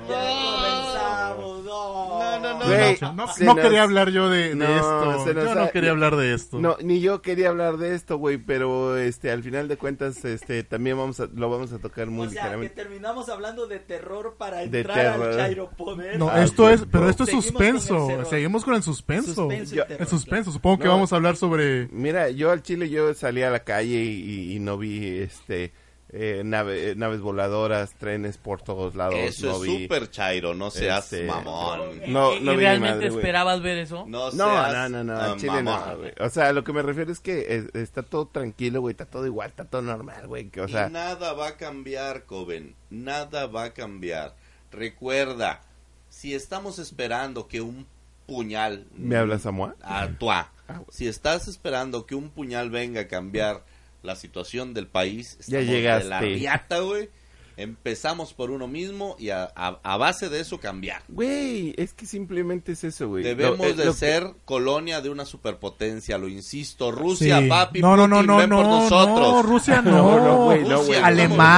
Comenzamos, no.
No, no, no.
Güey,
No, no
se nos-
quería hablar yo de, de
No,
esto.
se nos
Yo
ha-
no quería hablar de esto.
No, ni yo quería hablar de esto, güey, pero este al final de cuentas este también vamos a, lo vamos a tocar muy
O sea, que
ligeramente.
terminamos hablando de terror para
De
entrar
terror.
al chairopoder.
No,
Ah,
esto
güey,
es, pero
bro.
esto es
Seguimos
suspenso.
con el terror.
Seguimos con el suspenso.
Suspenso y
Yo-
terror,
El suspenso. Supongo que
No.
vamos a hablar sobre
Mira, yo al Chile yo salí a la calle y, y no vi este eh, nave- eh, naves voladoras, trenes por todos lados,
Eso
no
es
vi.
súper chairo, no seas
este,
mamón.
No, no
¿Y, y
vi ni
realmente
madre, güey.
esperabas ver eso?
No, seas
No, no, no, no,
ah,
al Chile no,
mamón.
güey. O sea, lo que me refiero es que es- está todo tranquilo, güey, está todo igual, está todo normal, güey, que, o sea,
Y nada va a cambiar, Coven. Nada va a cambiar. Recuerda, si estamos esperando que un puñal.
¿me hablas Samoa?
Artois.
Ah, güey.
Si estás esperando que un puñal venga a cambiar la situación del país,
Ya
estamos
llegaste.
de la riata, güey. Empezamos por uno mismo y a, a- a base de eso cambiar.
Güey, es que simplemente es eso, güey.
Debemos
Lo- eh,
de
lo que-
ser colonia de una superpotencia, lo insisto. Rusia,
Sí.
papi,
No, no, no,
Putin,
no,
ven por
no,
nosotros.
no, Rusia no.
No, no, güey, no,
Rusia,
güey.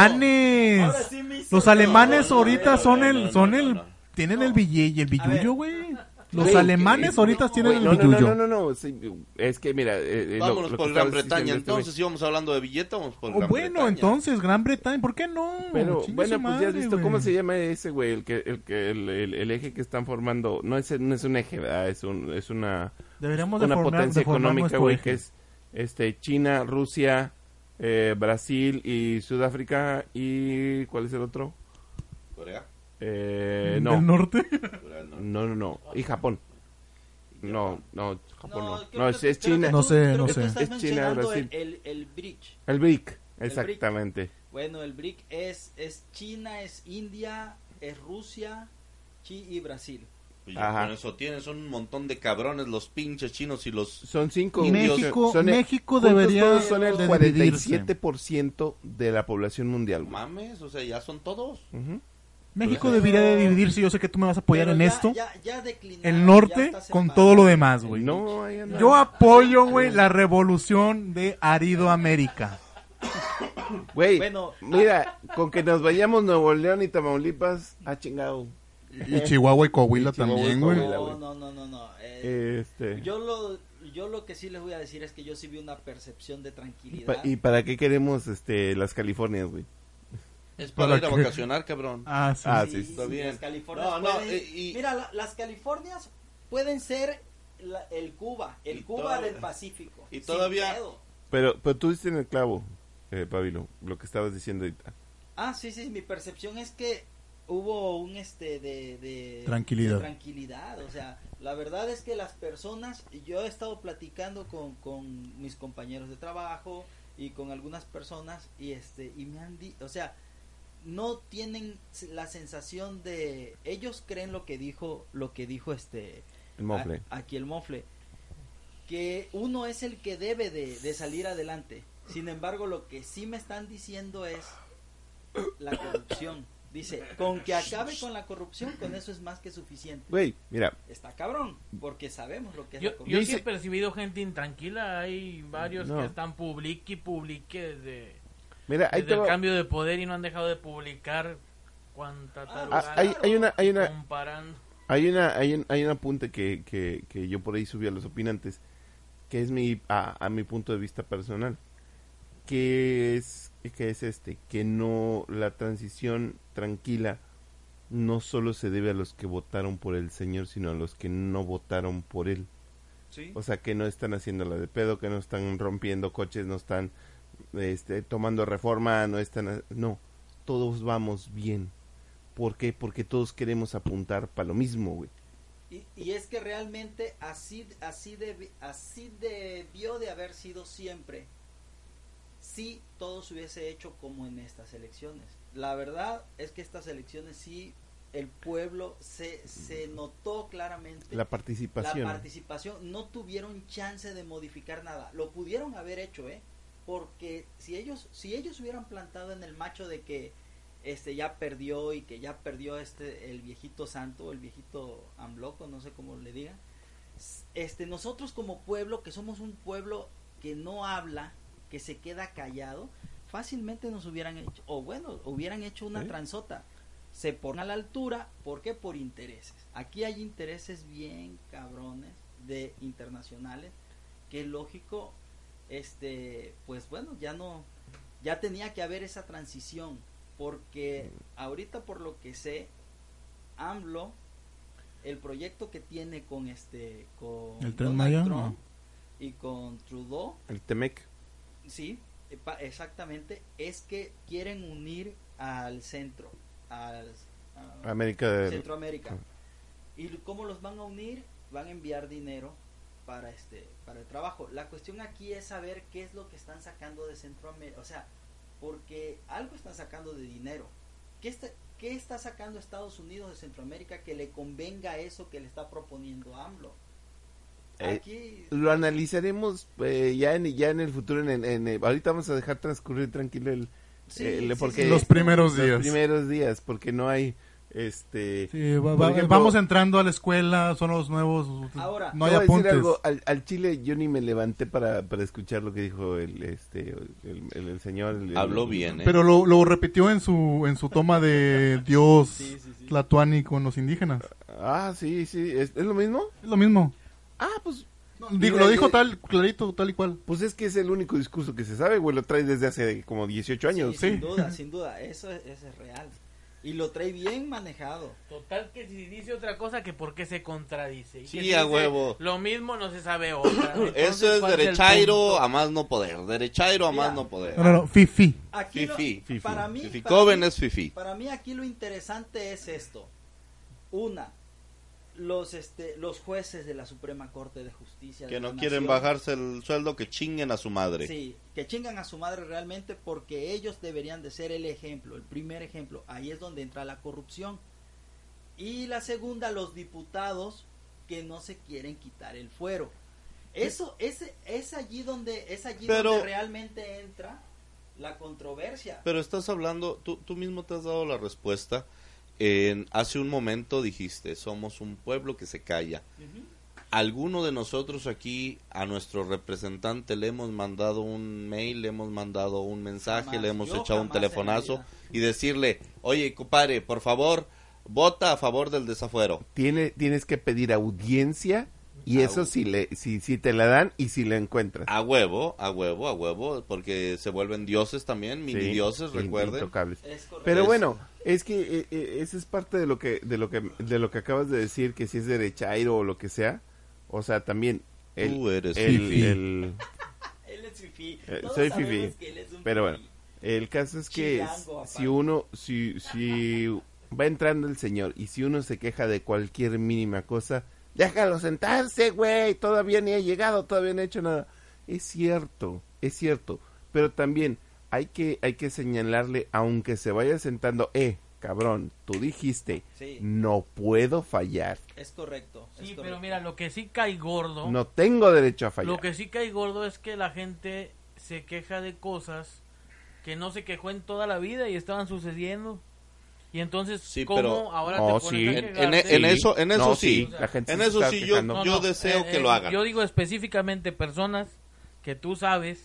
Alemanes.
Ahora sí me hizo-
eh, Los alemanes
no, no,
ahorita
no,
son
no,
el
no,
son
no,
el
no.
tienen el billete y el billullo, güey. Los
Güey,
alemanes
que-
ahorita
Güey,
tienen el
no, no, no, no,
billullo.
no, no, sí, es que mira, eh, eh, lo-
Vámonos
lo que
por Gran
estabas
Bretaña.
diciendo este güey. Oh,
Entonces íbamos hablando de billete, vamos por
O
Gran
bueno,
Bretaña.
entonces Gran Bretaña, ¿por qué no?
Pero bueno,
Chingue su
pues ya has
madre,
visto cómo
güey.
se llama ese güey, el que el que el, el- el eje que están formando, no es no es un eje, ¿verdad? es un es una
Deberíamos de
una
formar,
potencia
de formar
económica,
nuestro
güey,
eje.
que es este China, Rusia, eh, Brasil y Sudáfrica y ¿cuál es el otro?
Corea,
Eh,
¿Del
no. No,
norte?
Corea del Norte.
no, no, y Japón. No, no, Japón no.
creo que-
No, es, es
creo que
China.
No
tú-
sé,
creo
no
que tú
sé.
estás
Es China,
mencionando
Brasil.
El, el, el BRIC.
El BRIC,
BRIC.
exactamente.
Bueno, el BRIC es, es China, es India, es Rusia, Chi y Brasil.
Pues ya
Ajá.
con eso tienen, son un montón de cabrones los pinches chinos y los...
Son cinco.
Y
güey.
México-
Son el-
México
juntos
debería
todos son el
de
47% de la población mundial. güey.
Mames, o sea, ya son todos.
Ujú.
México
Pero-
debería de dividirse, yo sé que tú me vas a apoyar
Pero
en
ya-
esto.
ya- ya declinaron,
el
ya
norte
está
con
separado.
todo lo demás, güey.
No, ahí anda.
Yo apoyo, güey, la revolución de Arido América.
Güey,
Bueno.
mira, con que nos vayamos Nuevo León y Tamaulipas, ha chingado.
Y Chihuahua y Coahuila
Y Chihuahua y
también, güey.
Coahuila.
No, no, no, no, no. eh,
Este.
yo, lo, yo lo que sí les voy a decir es que yo sí vi una percepción de tranquilidad.
pa- ¿Y para qué queremos este las Californias, güey?
Es para,
¿Para
ir a
qué?
vacacionar, cabrón.
Ah, sí.
Ah, sí,
Sí,
sí,
está
sí,
bien.
Las Californias
No, no,
pueden-
eh, y-
Mira, la- las Californias pueden ser la- el Cuba, el
Y
Cuba
todavía-
del Pacífico.
y
sin
todavía-
pedo.
Pero, pero tú diste en el clavo, eh, Pabilo, lo que estabas diciendo ahorita.
Ah, sí, sí, mi percepción es que hubo un este de, de-
Tranquilidad.
de tranquilidad, o sea, la verdad es que las personas, yo he estado platicando con, con mis compañeros de trabajo y con algunas personas y este y me han dicho, o sea, no tienen la sensación de ellos creen lo que dijo lo que dijo este
Ah.
El mofle.
a- aquí el mofle. Que uno es el que debe de, de salir adelante. Sin embargo, lo que sí me están diciendo es la corrupción. Dice, con que acabe con la corrupción, con eso es más que suficiente.
Güey, mira,
Está cabrón, porque sabemos lo que es
Yo,
la corrupción.
yo sí
Dice-
he percibido gente intranquila. Hay varios
No.
que están publique y publique desde,
mira, ahí
desde
te
el
va-
cambio de poder y no han dejado de publicar cuánta
Ah,
tarugada
hay, hay una, hay una,
comparando.
Hay una, hay un, hay un apunte que, que, que yo por ahí subí a los opinantes, que es mi, a, a mi punto de vista personal. que es, que es este, que no la transición tranquila no solo se debe a los que votaron por el señor, sino a los que no votaron por él.
Sí.
O sea, que no están haciéndola de pedo, que no están rompiendo coches, no están este, tomando reforma, no están... No, todos vamos bien. ¿Por qué? Porque todos queremos apuntar para lo mismo, güey.
Y, y es que realmente así, así, de, así debió de haber sido siempre. Si todo se hubiese hecho como en estas elecciones. La verdad es que estas elecciones sí el pueblo se, se notó claramente
la participación.
La participación no tuvieron chance de modificar nada. Lo pudieron haber hecho, ¿eh? Porque si ellos si ellos hubieran plantado en el macho de que este ya perdió y que ya perdió este el viejito santo, el viejito amloco, no sé cómo le digan. Este nosotros como pueblo que somos un pueblo que no habla, que se queda callado, fácilmente nos hubieran hecho o bueno, hubieran hecho una ¿Eh? transota se ponen a la altura, ¿por qué? Por intereses. Aquí hay intereses bien cabrones de internacionales que es lógico este pues bueno, ya no ya tenía que haber esa transición porque ahorita por lo que sé AMLO el proyecto que tiene con este con
el Donald Maya,
Trump no. y con Trudeau,
el Temec.
Sí, exactamente, es que quieren unir al centro, al,
a América de...
Centroamérica. ¿Y cómo los van a unir? Van a enviar dinero para este para el trabajo. La cuestión aquí es saber qué es lo que están sacando de Centroamérica, o sea, porque algo están sacando de dinero. ¿Qué está, qué está sacando Estados Unidos de Centroamérica que le convenga eso que le está proponiendo AMLO?
Aquí... Eh, lo analizaremos eh, ya en ya en el futuro en, en, en, ahorita vamos a dejar transcurrir tranquilo el,
Sí,
eh, porque
sí, sí. los primeros
los
días.
primeros días, porque no hay este
va, va, ejemplo, vamos entrando a la escuela, son los nuevos.
Ahora,
no hay apuntes. Algo,
al, al, Chile yo ni me levanté para, para escuchar lo que dijo el este el, el, el señor. El,
Habló bien, ¿eh?
Pero lo, lo, repitió en su en su toma de Dios Tlatuani con los indígenas.
Ah, sí, sí, es, es lo mismo.
Es lo mismo.
Ah, pues
no, digo, lo dijo tal, clarito, tal y cual.
Pues es que es el único discurso que se sabe, güey. Lo trae desde hace como 18 años.
Sí, sí. Sin duda, sin duda. Eso es, eso es, real. Y lo trae bien manejado.
Total que si dice otra cosa, que por qué se contradice. Y
sí,
que si
a huevo.
Lo mismo no se sabe otra. Entonces,
eso es derechairo a más no poder. Derechairo a más no poder.
No, no, no. Fifi.
Aquí
fifi.
Lo, Para mí,
fifi.
Para
Coven
mí,
es fifi.
Para mí aquí lo interesante es esto. Una, los este los jueces de la Suprema Corte de Justicia
que
de
no quieren bajarse el sueldo que chinguen a su madre
sí que chingan a su madre realmente porque ellos deberían de ser el ejemplo el primer ejemplo ahí es donde entra la corrupción y la segunda los diputados que no se quieren quitar el fuero eso es es allí donde es allí
Pero...
donde realmente entra la controversia
pero estás hablando tú tú mismo te has dado la respuesta en, hace un momento dijiste, somos un pueblo que se calla. Uh -huh. ¿Alguno de nosotros aquí a nuestro representante le hemos mandado un mail, le hemos mandado un mensaje, jamás, le hemos echado un telefonazo y decirle, oye, compadre, por favor, vota a favor del desafuero?
Tiene, tienes que pedir audiencia y
Ah,
a eso si, le, si, si te la dan y si la encuentras.
A huevo, a huevo, a huevo, porque se vuelven dioses también, mini sí, dioses, recuerden.
Pero bueno, es que eh, esa es parte de lo que de lo que de lo que acabas de decir que si es derechairo o lo que sea, o sea, también el,
Tú eres
el,
fifí.
el,
él es fifí.
eh,
Todos
soy
sabemos
fifí.
que él es un
Pero
fifí.
bueno, el caso es que
Chilango,
si
aparte.
uno si si va entrando el señor y si uno se queja de cualquier mínima cosa, déjalo sentarse, güey, todavía ni ha llegado, todavía no ha hecho nada. Es cierto, es cierto, pero también hay que, hay que señalarle, aunque se vaya sentando, eh, cabrón, tú dijiste,
Sí.
no puedo fallar,
Es correcto. es
Sí, pero
correcto.
mira, lo que sí cae gordo.
no tengo derecho a fallar.
Lo que sí cae gordo es que la gente se queja de cosas que no se quejó en toda la vida y estaban sucediendo. Y entonces,
Sí,
¿cómo
pero-
ahora
No,
te pones
sí.
a
En, e, en-
quejarte?
en eso, en eso
No,
sí.
la gente
En
se
eso
está
sí yo,
quejando.
No,
yo
no,
deseo
eh,
que
eh,
lo hagan.
Yo digo específicamente personas que tú sabes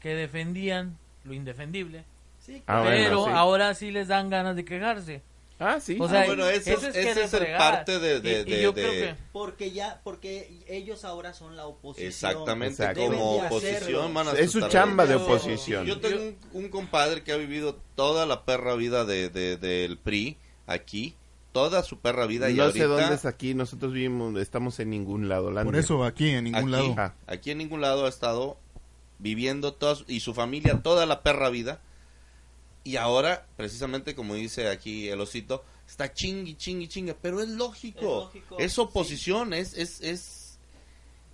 que defendían lo indefendible,
Sí,
Ah, bueno,
pero
sí.
ahora sí les dan ganas de quejarse.
Ah, sí.
O sea, ah, bueno, eso, ese es, ese que es el parte de... de,
Y- y yo creo
de-
que-
Porque ya, porque ellos ahora son la oposición.
Exactamente,
Exacto.
Deben
como
de hacerlo.
oposición van a
Es su
tratar
chamba de
Yo-
oposición.
Yo tengo un, un compadre que ha vivido toda la perra vida de, de- del PRI aquí, toda su perra vida y
no
ahorita
sé dónde es aquí, nosotros vivimos, estamos en ningún lado.
Por
Landia.
eso, aquí, en ningún
aquí,
lado.
Ah.
aquí en ningún lado ha estado viviendo toda su- y su familia toda la perra vida. Y ahora, precisamente como dice aquí el osito, está chingui, chingui, chingue. Pero es lógico.
Es
Es,
lógico,
oposición, es, es, es,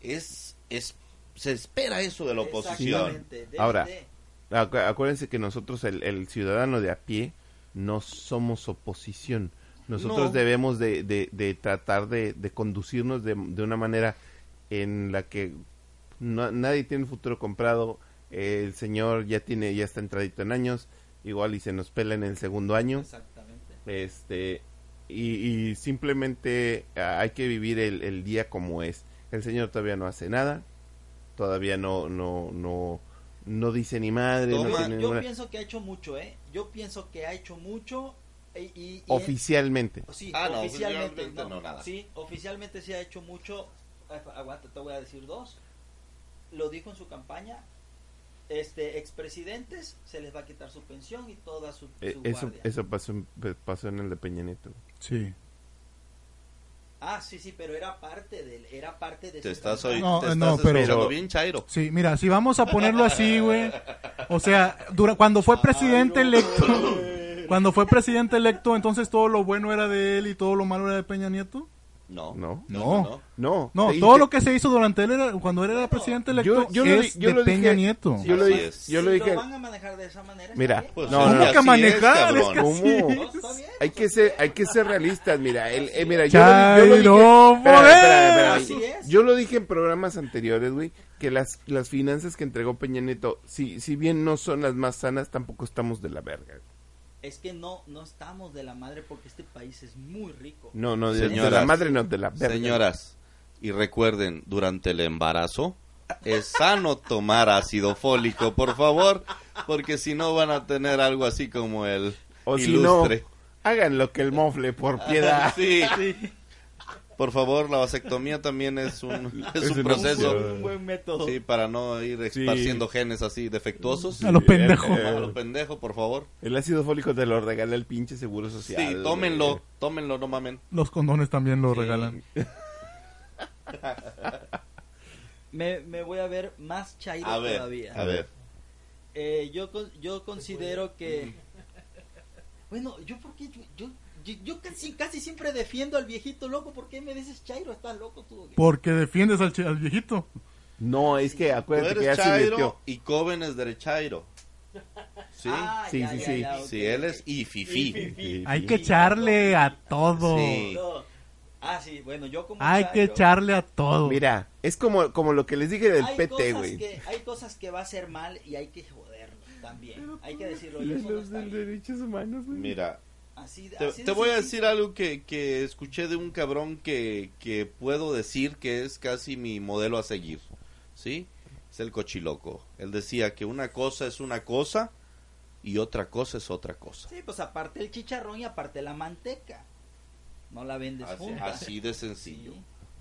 es, es- se espera eso de la oposición.
Exactamente, deben
Ahora,
de-
Acu- acuérdense que nosotros, el, el ciudadano de a pie, no somos oposición. Nosotros
No.
debemos de, de- de tratar de, de conducirnos de, de una manera en la que no- nadie tiene un futuro comprado. eh, el señor ya tiene, ya está entradito en años, igual y se nos pela en el segundo año.
Exactamente.
Este, y, y simplemente ah, hay que vivir el, el día como es. El Señor todavía no hace nada, todavía no, no, no, no dice ni madre, no
Toma,
tiene
Yo
ninguna-
pienso que ha hecho mucho, ¿eh? Yo pienso que ha hecho mucho y... y- y-
oficialmente.
Sí,
Ah, no,
oficialmente,
oficialmente
no,
no, nada.
Sí, oficialmente sí ha hecho mucho. Ay, Aguanta, te voy a decir dos. Lo dijo en su campaña. Este, expresidentes se les va a quitar su pensión y toda su,
Eh,
su
eso,
guardia.
eso pasó, en- pues, pasó en el de Peña Nieto.
Sí.
Ah, sí, sí, pero era parte del, era parte de
Te
su
estás,
campaña.
oy-
No,
te
no,
estás
pero-
escuchando bien, Chairo.
Sí, mira, si vamos a ponerlo así, güey. O sea, dura, cuando fue presidente electo, cuando fue presidente electo, entonces todo lo bueno era de él y todo lo malo era de Peña Nieto.
No,
No.
No.
No,
No,
y
todo
te-
lo que se hizo durante él era, cuando él era presidente
Yo-
electo
yo lo di-
es
yo
de
lo dije-
Peña Nieto.
Yo lo,
Así
dije-
es.
yo lo
Si
dije,
lo van a manejar de esa manera. está
Mira,
bien,
Pues
No,
es
no,
que
no.
¿Cómo que
así
manejar?
cabrón.
Es que así
¿Cómo?
es.
No, está bien,
hay
o
que ser, hay que ser realistas, mira, el- eh, mira, yo lo, yo lo dije-
Chairo
Espérame, espérame,
Así
espérame.
es.
Yo lo dije en programas anteriores, güey, que las, las finanzas que entregó Peña Nieto, si, si bien no son las más sanas, tampoco estamos de la verga.
Es que no, no estamos de la madre porque este país es muy rico.
No, no, de, de la
Señoras.
madre no, de la verga.
Señoras, y recuerden, durante el embarazo es sano tomar ácido fólico, por favor, porque si no van a tener algo así como el
O si no,
ilustre. Ah,
hagan lo que el mofle, por piedad.
Sí. Por favor, la vasectomía también es un, es
Es
un
una
proceso.
opción.
Un buen método.
Sí, para no ir esparciendo genes así defectuosos.
A lo pendejo.
eh,
A lo pendejo, por favor.
El ácido fólico te lo regala el pinche seguro
Sí,
social. güey.
tómenlo, tómenlo, no mamen.
Los condones también lo regalan.
Me, me voy a ver más chairo
A ver,
todavía.
a ver.
Eh, yo, con- yo considero que... Bueno, yo porque yo, yo, yo, yo casi, casi siempre defiendo al viejito loco. ¿Por qué me dices Chairo? Estás loco tú.
Porque defiendes al, chi- al viejito.
No, es que
Tú
acuérdate que ya
eres
se metió.
chairo y Coven es derechairo. Sí.
Ah,
sí,
ya,
sí,
ya,
sí.
ya, ok,
Sí, él
ok.
es y fifí.
Sí,
Hay
sí.
que echarle a todo.
Sí.
No. Ah, sí, bueno, yo como
Hay que
Chairo-
echarle a todo.
Mira, es como, como lo que les dije del
hay
PT,
cosas
güey.
que- Hay cosas que va a ser mal y hay que joderlo también. Hay que decirlo. y eso no está bien.
derechos humanos,
Mira,
Así,
te,
así
te
de
voy a
sencillo.
decir algo que, que escuché de un cabrón que, que puedo decir que es casi mi modelo a seguir. ¿Sí? Es el cochiloco. Él decía que una cosa es una cosa y otra cosa es otra cosa.
Sí, pues aparte el chicharrón y aparte la manteca. No la vendes
Así,
junta.
así de sencillo.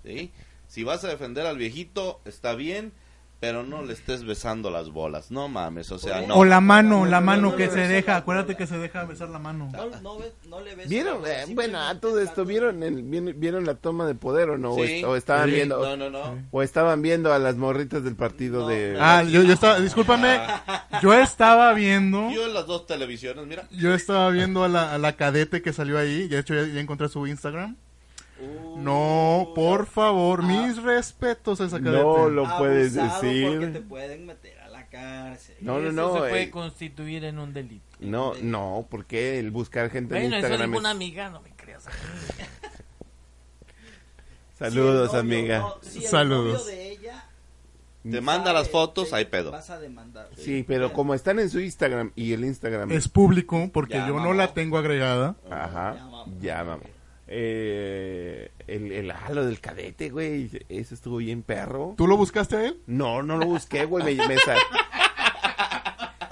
Sí.
¿sí? Si vas a defender al viejito, está bien, pero no le estés besando las bolas. No mames, o sea,
Por
no.
O la mano, la
No,
mano
no,
que
no,
se
no,
deja.
no,
Acuérdate
no,
que se deja besar la mano.
No, no, ve- no le ves.
¿Vieron?
nada,
Eh, bueno, a
simplemente
todo
está
esto, ¿vieron, el- vieron vieron la toma de poder o no? O,
Sí,
est- o estaban
sí,
viendo
No, no, no.
o estaban viendo a las morritas del partido
No,
de
Ah, yo, yo estaba, discúlpame, yo estaba viendo,
Yo en las dos televisiones, mira.
yo estaba viendo a la, a la cadete que salió ahí, de hecho ya, ya encontré su Instagram.
Uh.
No, por favor,
Ah.
mis respetos a esa cadete.
No lo puedes
abusado Porque te
decir.
pueden meter a la cárcel.
No, no,
Eso
no.
se puede
eh,
constituir en un delito.
no, no, porque el buscar gente en
Bueno, eso
Instagram.
ninguna
es-
amiga, no me creas.
Saludos,
Si el novio
amiga.
no- si el
Saludos.
novio de ella
Te manda las
sabe,
fotos,
te-
hay pedo.
Vas a demandar.
Sí, pero como están en su Instagram y el Instagram.
Es público porque
Ya,
yo no
mamá.
la tengo agregada.
Ajá,
Ya, vamos.
ya vamos. Eh, el, el halo del cadete, güey. Eso estuvo bien perro.
¿Tú lo buscaste a él?
No, no lo busqué, güey. Me, me, sa-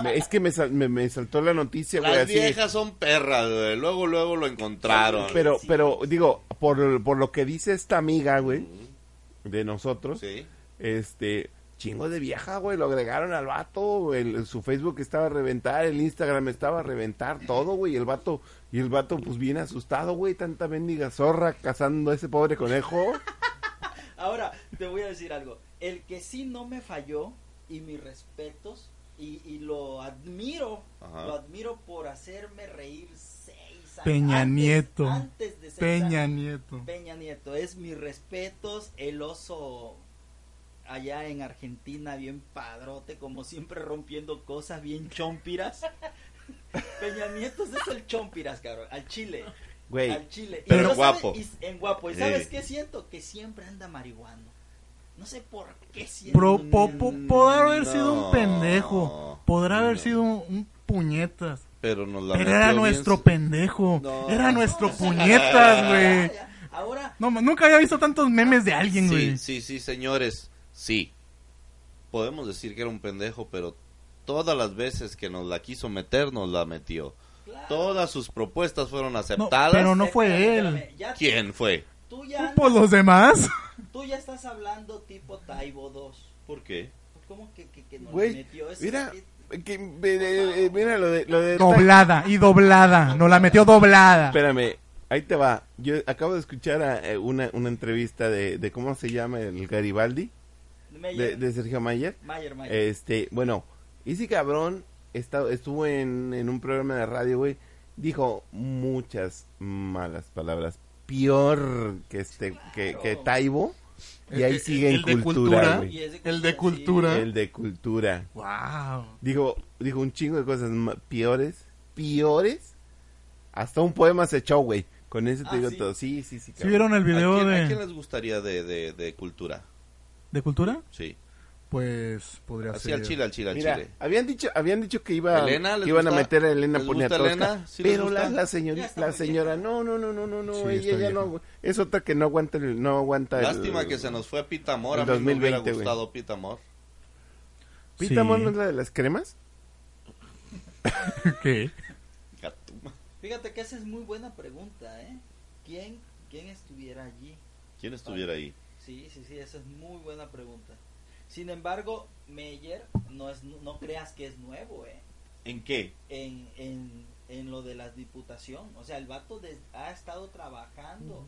Me- Es que me, sal- me, me saltó la noticia, güey.
Las
así de-
viejas son perras, güey. Luego, luego lo encontraron.
Pero, pero, digo, por, por lo que dice esta amiga, güey, de nosotros,
Sí.
este, chingo de vieja, güey, lo agregaron al vato, el, su Facebook estaba a reventar, el Instagram estaba a reventar, todo, güey, y el vato, y el vato, pues, bien asustado, güey, tanta mendiga zorra cazando a ese pobre conejo.
Ahora, te voy a decir algo. El que sí no me falló, y mis respetos, y, y lo admiro,
Ajá.
lo admiro por hacerme reír seis años.
Peña
antes-
Nieto.
Antes de seis
Peña
años.
Nieto.
Peña Nieto, es mis respetos, el oso allá en Argentina, bien padrote, como siempre rompiendo cosas, bien chompiras. Peña Nieto ese es el chompiras, cabrón, al chile.
Güey,
Al chile. Y
pero
no sabe-
guapo.
y- en guapo. ¿Y
Sí.
sabes qué siento? Que siempre anda marihuano. No sé por qué siento.
Pro, po- po- podrá haber sido
Mm, No,
un pendejo. Podrá haber sido un, un puñetas.
Pero nos la
Pero
metió
era
bien
nuestro
su-
pendejo.
No.
Era nuestro puñetas,
Ya,
güey.
ya. Ahora,
No, ma- nunca había visto tantos memes de alguien,
Sí,
güey.
sí, sí, señores. Sí. Podemos decir que era un pendejo, pero todas las veces que nos la quiso meter, nos la metió.
claro.
Todas sus propuestas fueron
No,
aceptadas.
pero no fue
Espérame,
él.
espérame, ya-
¿Quién fue?
Tú ya,
Por los demás.
tú ya estás hablando tipo Taibo 2.
¿Por qué?
¿Cómo que, que, que nos
Güey,
metió eso?
mira,
¿Qué-
que- eh, eh, mira lo de... Lo de
Doblada y doblada. Nos la metió doblada.
Espérame, ahí te va. Yo acabo de escuchar a, eh, una, una entrevista de, de cómo se llama el Garibaldi, de,
Mayer,
de Sergio Mayer.
Mayer, Mayer.
Este, bueno, ese cabrón está, estuvo en, en un programa de radio, güey. Dijo muchas malas palabras. Peor que este, que, que Taibo. Y ahí
El-
sigue
el
en
de
cultura,
cultura.
güey.
es
El de
sí.
cultura.
El de cultura.
Wow.
Dijo, dijo un chingo de cosas ma- peores, peores. Hasta un poema se echó, güey. Con ese te
Ah,
digo
¿sí?
todo. Sí, sí, sí.
¿Sí
cabrón.
vieron el
¿A quién,
video
a quién
de,
les gustaría de, de, de cultura?
de cultura?
Sí.
Pues podría
Así
ser.
al chile, al chile, al
Mira,
chile.
habían dicho, habían dicho que iba,
Elena, ¿les
que iban a
gusta-
meter a Elena
les gusta
Poniatowska,
Elena? ¿Sí les
pero la,
gusta?
la señora,
Ya está
la
muy
señora, no, no, no, no, no, no,
Sí,
ella
está
ya no, es otra que no aguanta, el, no aguanta. el-
Lástima que se nos fue Pita Amor. A mí
el
me hubiera
2020, güey.
gustado Pita Amor.
Pita Amor
Sí.
no es la de las cremas.
¿Qué?
Gatuma.
Fíjate que esa es muy buena pregunta, ¿eh? ¿Quién, quién estuviera allí?
¿Quién estuviera ahí?
Sí, sí, sí, esa es muy buena pregunta. Sin embargo, Meyer no es no creas que es nuevo, ¿eh?
¿En qué?
En, en, en lo de la diputación, o sea, el vato de- ha estado trabajando.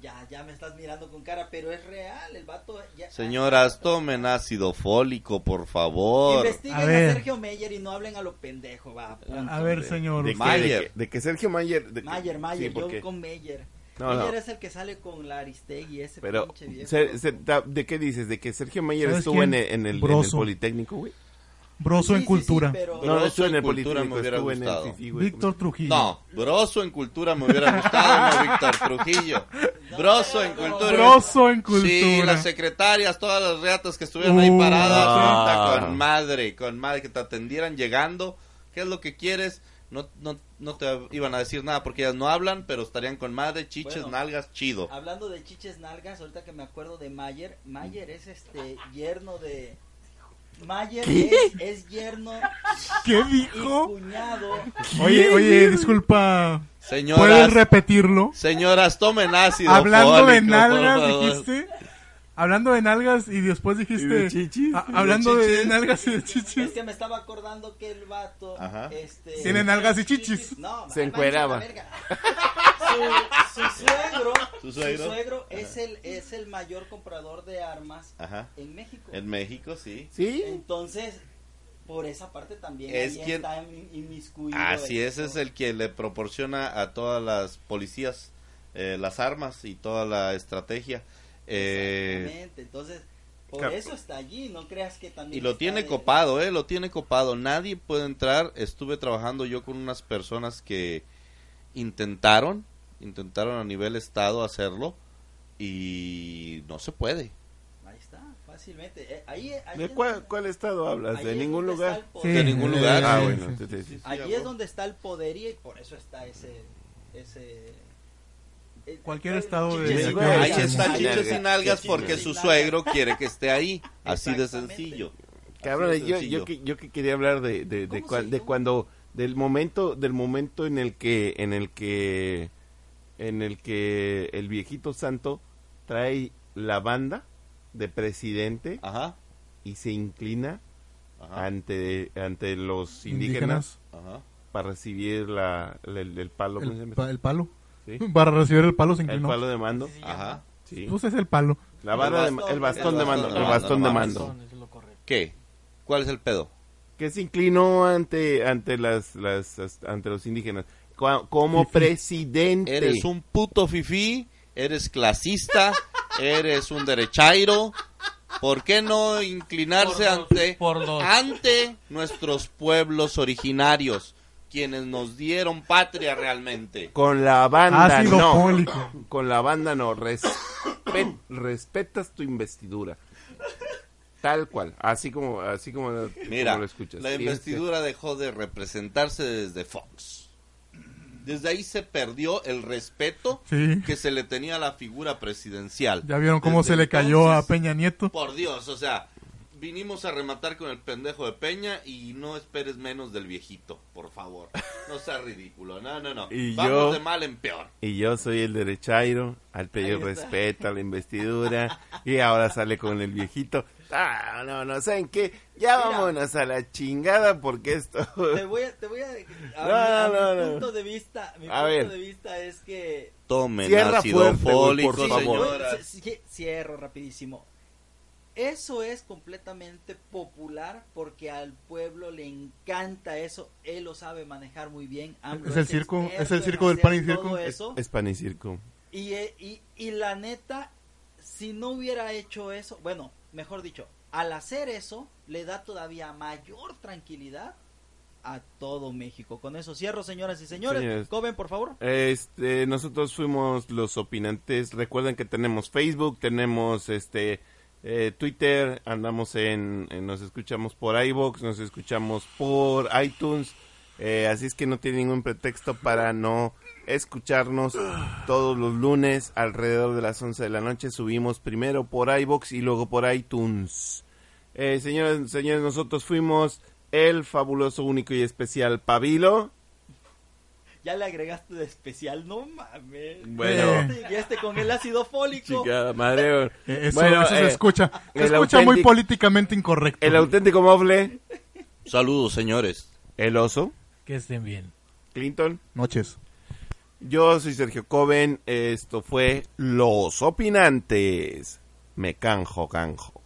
Ya ya me estás mirando con cara, pero es real, el vato ya
Señoras, tomen ácido fólico, por favor.
Investiguen
A
a,
ver.
Sergio Meyer y no hablen a lo pendejo, va. punto.
A ver, señor.
De que,
Mayer.
de que- de que Sergio Mayer. de que-
Mayer,
sí,
Mayer,
porque-
yo con Meyer.
No, no.
Meyer es el que sale con la Aristegui, ese
Pero,
pinche viejo.
se- se- da- ¿de qué dices? ¿De que Sergio Mayer
¿Sabes
estuvo en
quién?
el, en el- en el
Broso.
Politécnico, güey?
Broso
Sí,
en
sí, sí,
cultura.
pero-
No, no
Broso
estuvo en
en
el
Cultura
Politécnico,
me hubiera
estuvo en el
gustado.
Fifi, güey.
Víctor Trujillo.
No, Broso en cultura me hubiera gustado, no Víctor Trujillo. Broso en
No, no,
cultura.
Broso en cultura.
Sí, las secretarias, todas las reatas que estuvieron ahí
Uh,
paradas,
ah.
puta, con madre, con madre, que te atendieran llegando. ¿Qué es lo que quieres? No, no, no te iban a decir nada porque ellas no hablan, pero estarían con madre, chiches,
Bueno.
nalgas, chido.
Hablando de chiches nalgas, ahorita que me acuerdo de Mayer, Mayer es este yerno de. Mayer es, es yerno
¿Qué
y
dijo?
cuñado.
Oye, oye, disculpa. ¿Puedes
Señoras,
repetirlo?
señoras, tomen ácido.
Hablando de
fólico, por
nalgas,
favor.
dijiste. Hablando de nalgas y después dijiste. Ah, hablando de nalgas y de
Es
chichis.
que me estaba acordando que el vato.
Ajá.
Este,
Tiene nalgas y chichis.
No,
Se
mancha
encueraba.
la verga. Su, su suegro,
¿Su
su
suegro?
suegro, es, el, es el mayor comprador de armas
Ajá.
en México.
Ah. En México, sí.
¿Sí?
Entonces, por esa parte también
Es
ahí
quien-
está in- inmiscuido.
Así es,
esto.
es el que le proporciona a todas las policías eh, las armas y toda la estrategia. Eh,
Exactamente, entonces por
Claro.
eso está allí, no creas que también
y lo
está
tiene
de-
copado, eh, lo tiene copado. Nadie puede entrar. Estuve trabajando yo con unas personas que intentaron, intentaron a nivel estado hacerlo y no se puede.
Ahí está, fácilmente. eh, ahí, ahí
¿De
es-
cuál, cuál estado hablas?
ahí
¿De
es
ningún
donde está
lugar?
el
Sí.
poder.
De ningún lugar.
Ah,
sí,
bueno.
sí.
entonces, sí.
Allí es donde está el poderío y por eso está ese ese eh,
Cualquier
el
estado de-
chiches
Sí,
y
güey,
nalgas.
Ahí está
sí,
chichos
sí,
y nalgas
Chiches
porque
y
su
nalgas.
suegro quiere que esté ahí. Así de
Exactamente.
sencillo.
Cabrón, eh, yo, yo, que, yo que quería hablar de, de, de, cua- de cuando del momento del momento en el que en el que en el que el viejito santo trae la banda de presidente
Ajá,
y se inclina
Ah. ajá,
ante ante los indígenas,
Indígenas.
ajá.
para recibir la, la- el, el palo ¿cómo se
El,
llama?
pa- el palo.
Sí.
Para recibir el palo se
El
inclinó.
palo de mando Ah,
Ajá.
sí.
Pues es el palo.
la vara de ma- el bastón de mando el bastón de mando
Eso es lo correcto.
¿Qué? ¿Cuál es el pedo?
que se inclinó ante ante las, las as- ante los indígenas Cua- como presidente
Eres un puto fifí, eres clasista, eres un derechairo. ¿Por qué no inclinarse
Por dos,
ante,
por dos.
ante nuestros pueblos originarios, quienes nos dieron patria realmente?
con la banda
Ácido
no
fólico.
con la banda no Respe- respetas tu investidura tal cual así como así como,
Mira,
como lo escuchas este,
la
Tienes que-
investidura dejó de representarse desde Fox. Desde ahí se perdió el respeto
Sí.
que se le tenía a la figura presidencial.
Ya vieron cómo
Desde
se le cayó a
entonces,
Peña Nieto.
Por Dios, o sea, vinimos a rematar con el pendejo de Peña y no esperes menos del viejito, por favor. No sea ridículo, no, no, no.
Y
Vamos
yo-
de mal en peor.
Y yo soy el derechairo, al pedir respeto a la investidura, y ahora sale con el viejito. Ah, no, no, ¿saben qué? Ya
Mira.
vámonos a la chingada porque esto...
Te voy a, te voy a, a,
No,
mi- a
no,
mi
no.
punto de vista, mi
A
punto
ver.
de vista es que
Tomen
Cierra
ácido
fuerte, güey,
fólico,
por favor.
Voy-
señoras.
c- c- cierro rapidísimo. Eso es completamente popular porque al pueblo le encanta eso, él lo sabe manejar muy bien. AMLO
Es el circo,
experto
es el
en
circo del
hacer
pan y
todo
circo.
eso.
Es pan y circo.
Y, eh, y, y la neta, si no hubiera hecho eso, bueno, mejor dicho, al hacer eso, le da todavía mayor tranquilidad a todo México. Con eso cierro, señoras y señores.
Señores.
Coben, por favor.
Este, nosotros fuimos los opinantes. Recuerden que tenemos Facebook, tenemos este eh, Twitter, andamos en, en- nos escuchamos por iBox, nos escuchamos por iTunes. eh, así es que no tiene ningún pretexto para no escucharnos todos los lunes alrededor de las 11 de la noche. Subimos primero por iBox y luego por iTunes. Eh, señores, señores, nosotros fuimos el fabuloso, único y especial Pabilo.
Ya le agregaste de especial, no mames.
Bueno.
Y este con el ácido fólico.
Chingada madre.
Eh, Eso,
Bueno,
eso se
eh,
escucha. Se
el
escucha muy
auténtic-
políticamente incorrecto.
El auténtico mofle.
Saludos, señores.
El oso.
Que estén bien.
Clinton.
Noches.
Yo soy Sergio Coven. Esto fue Los Opinantes. Me canjo, canjo.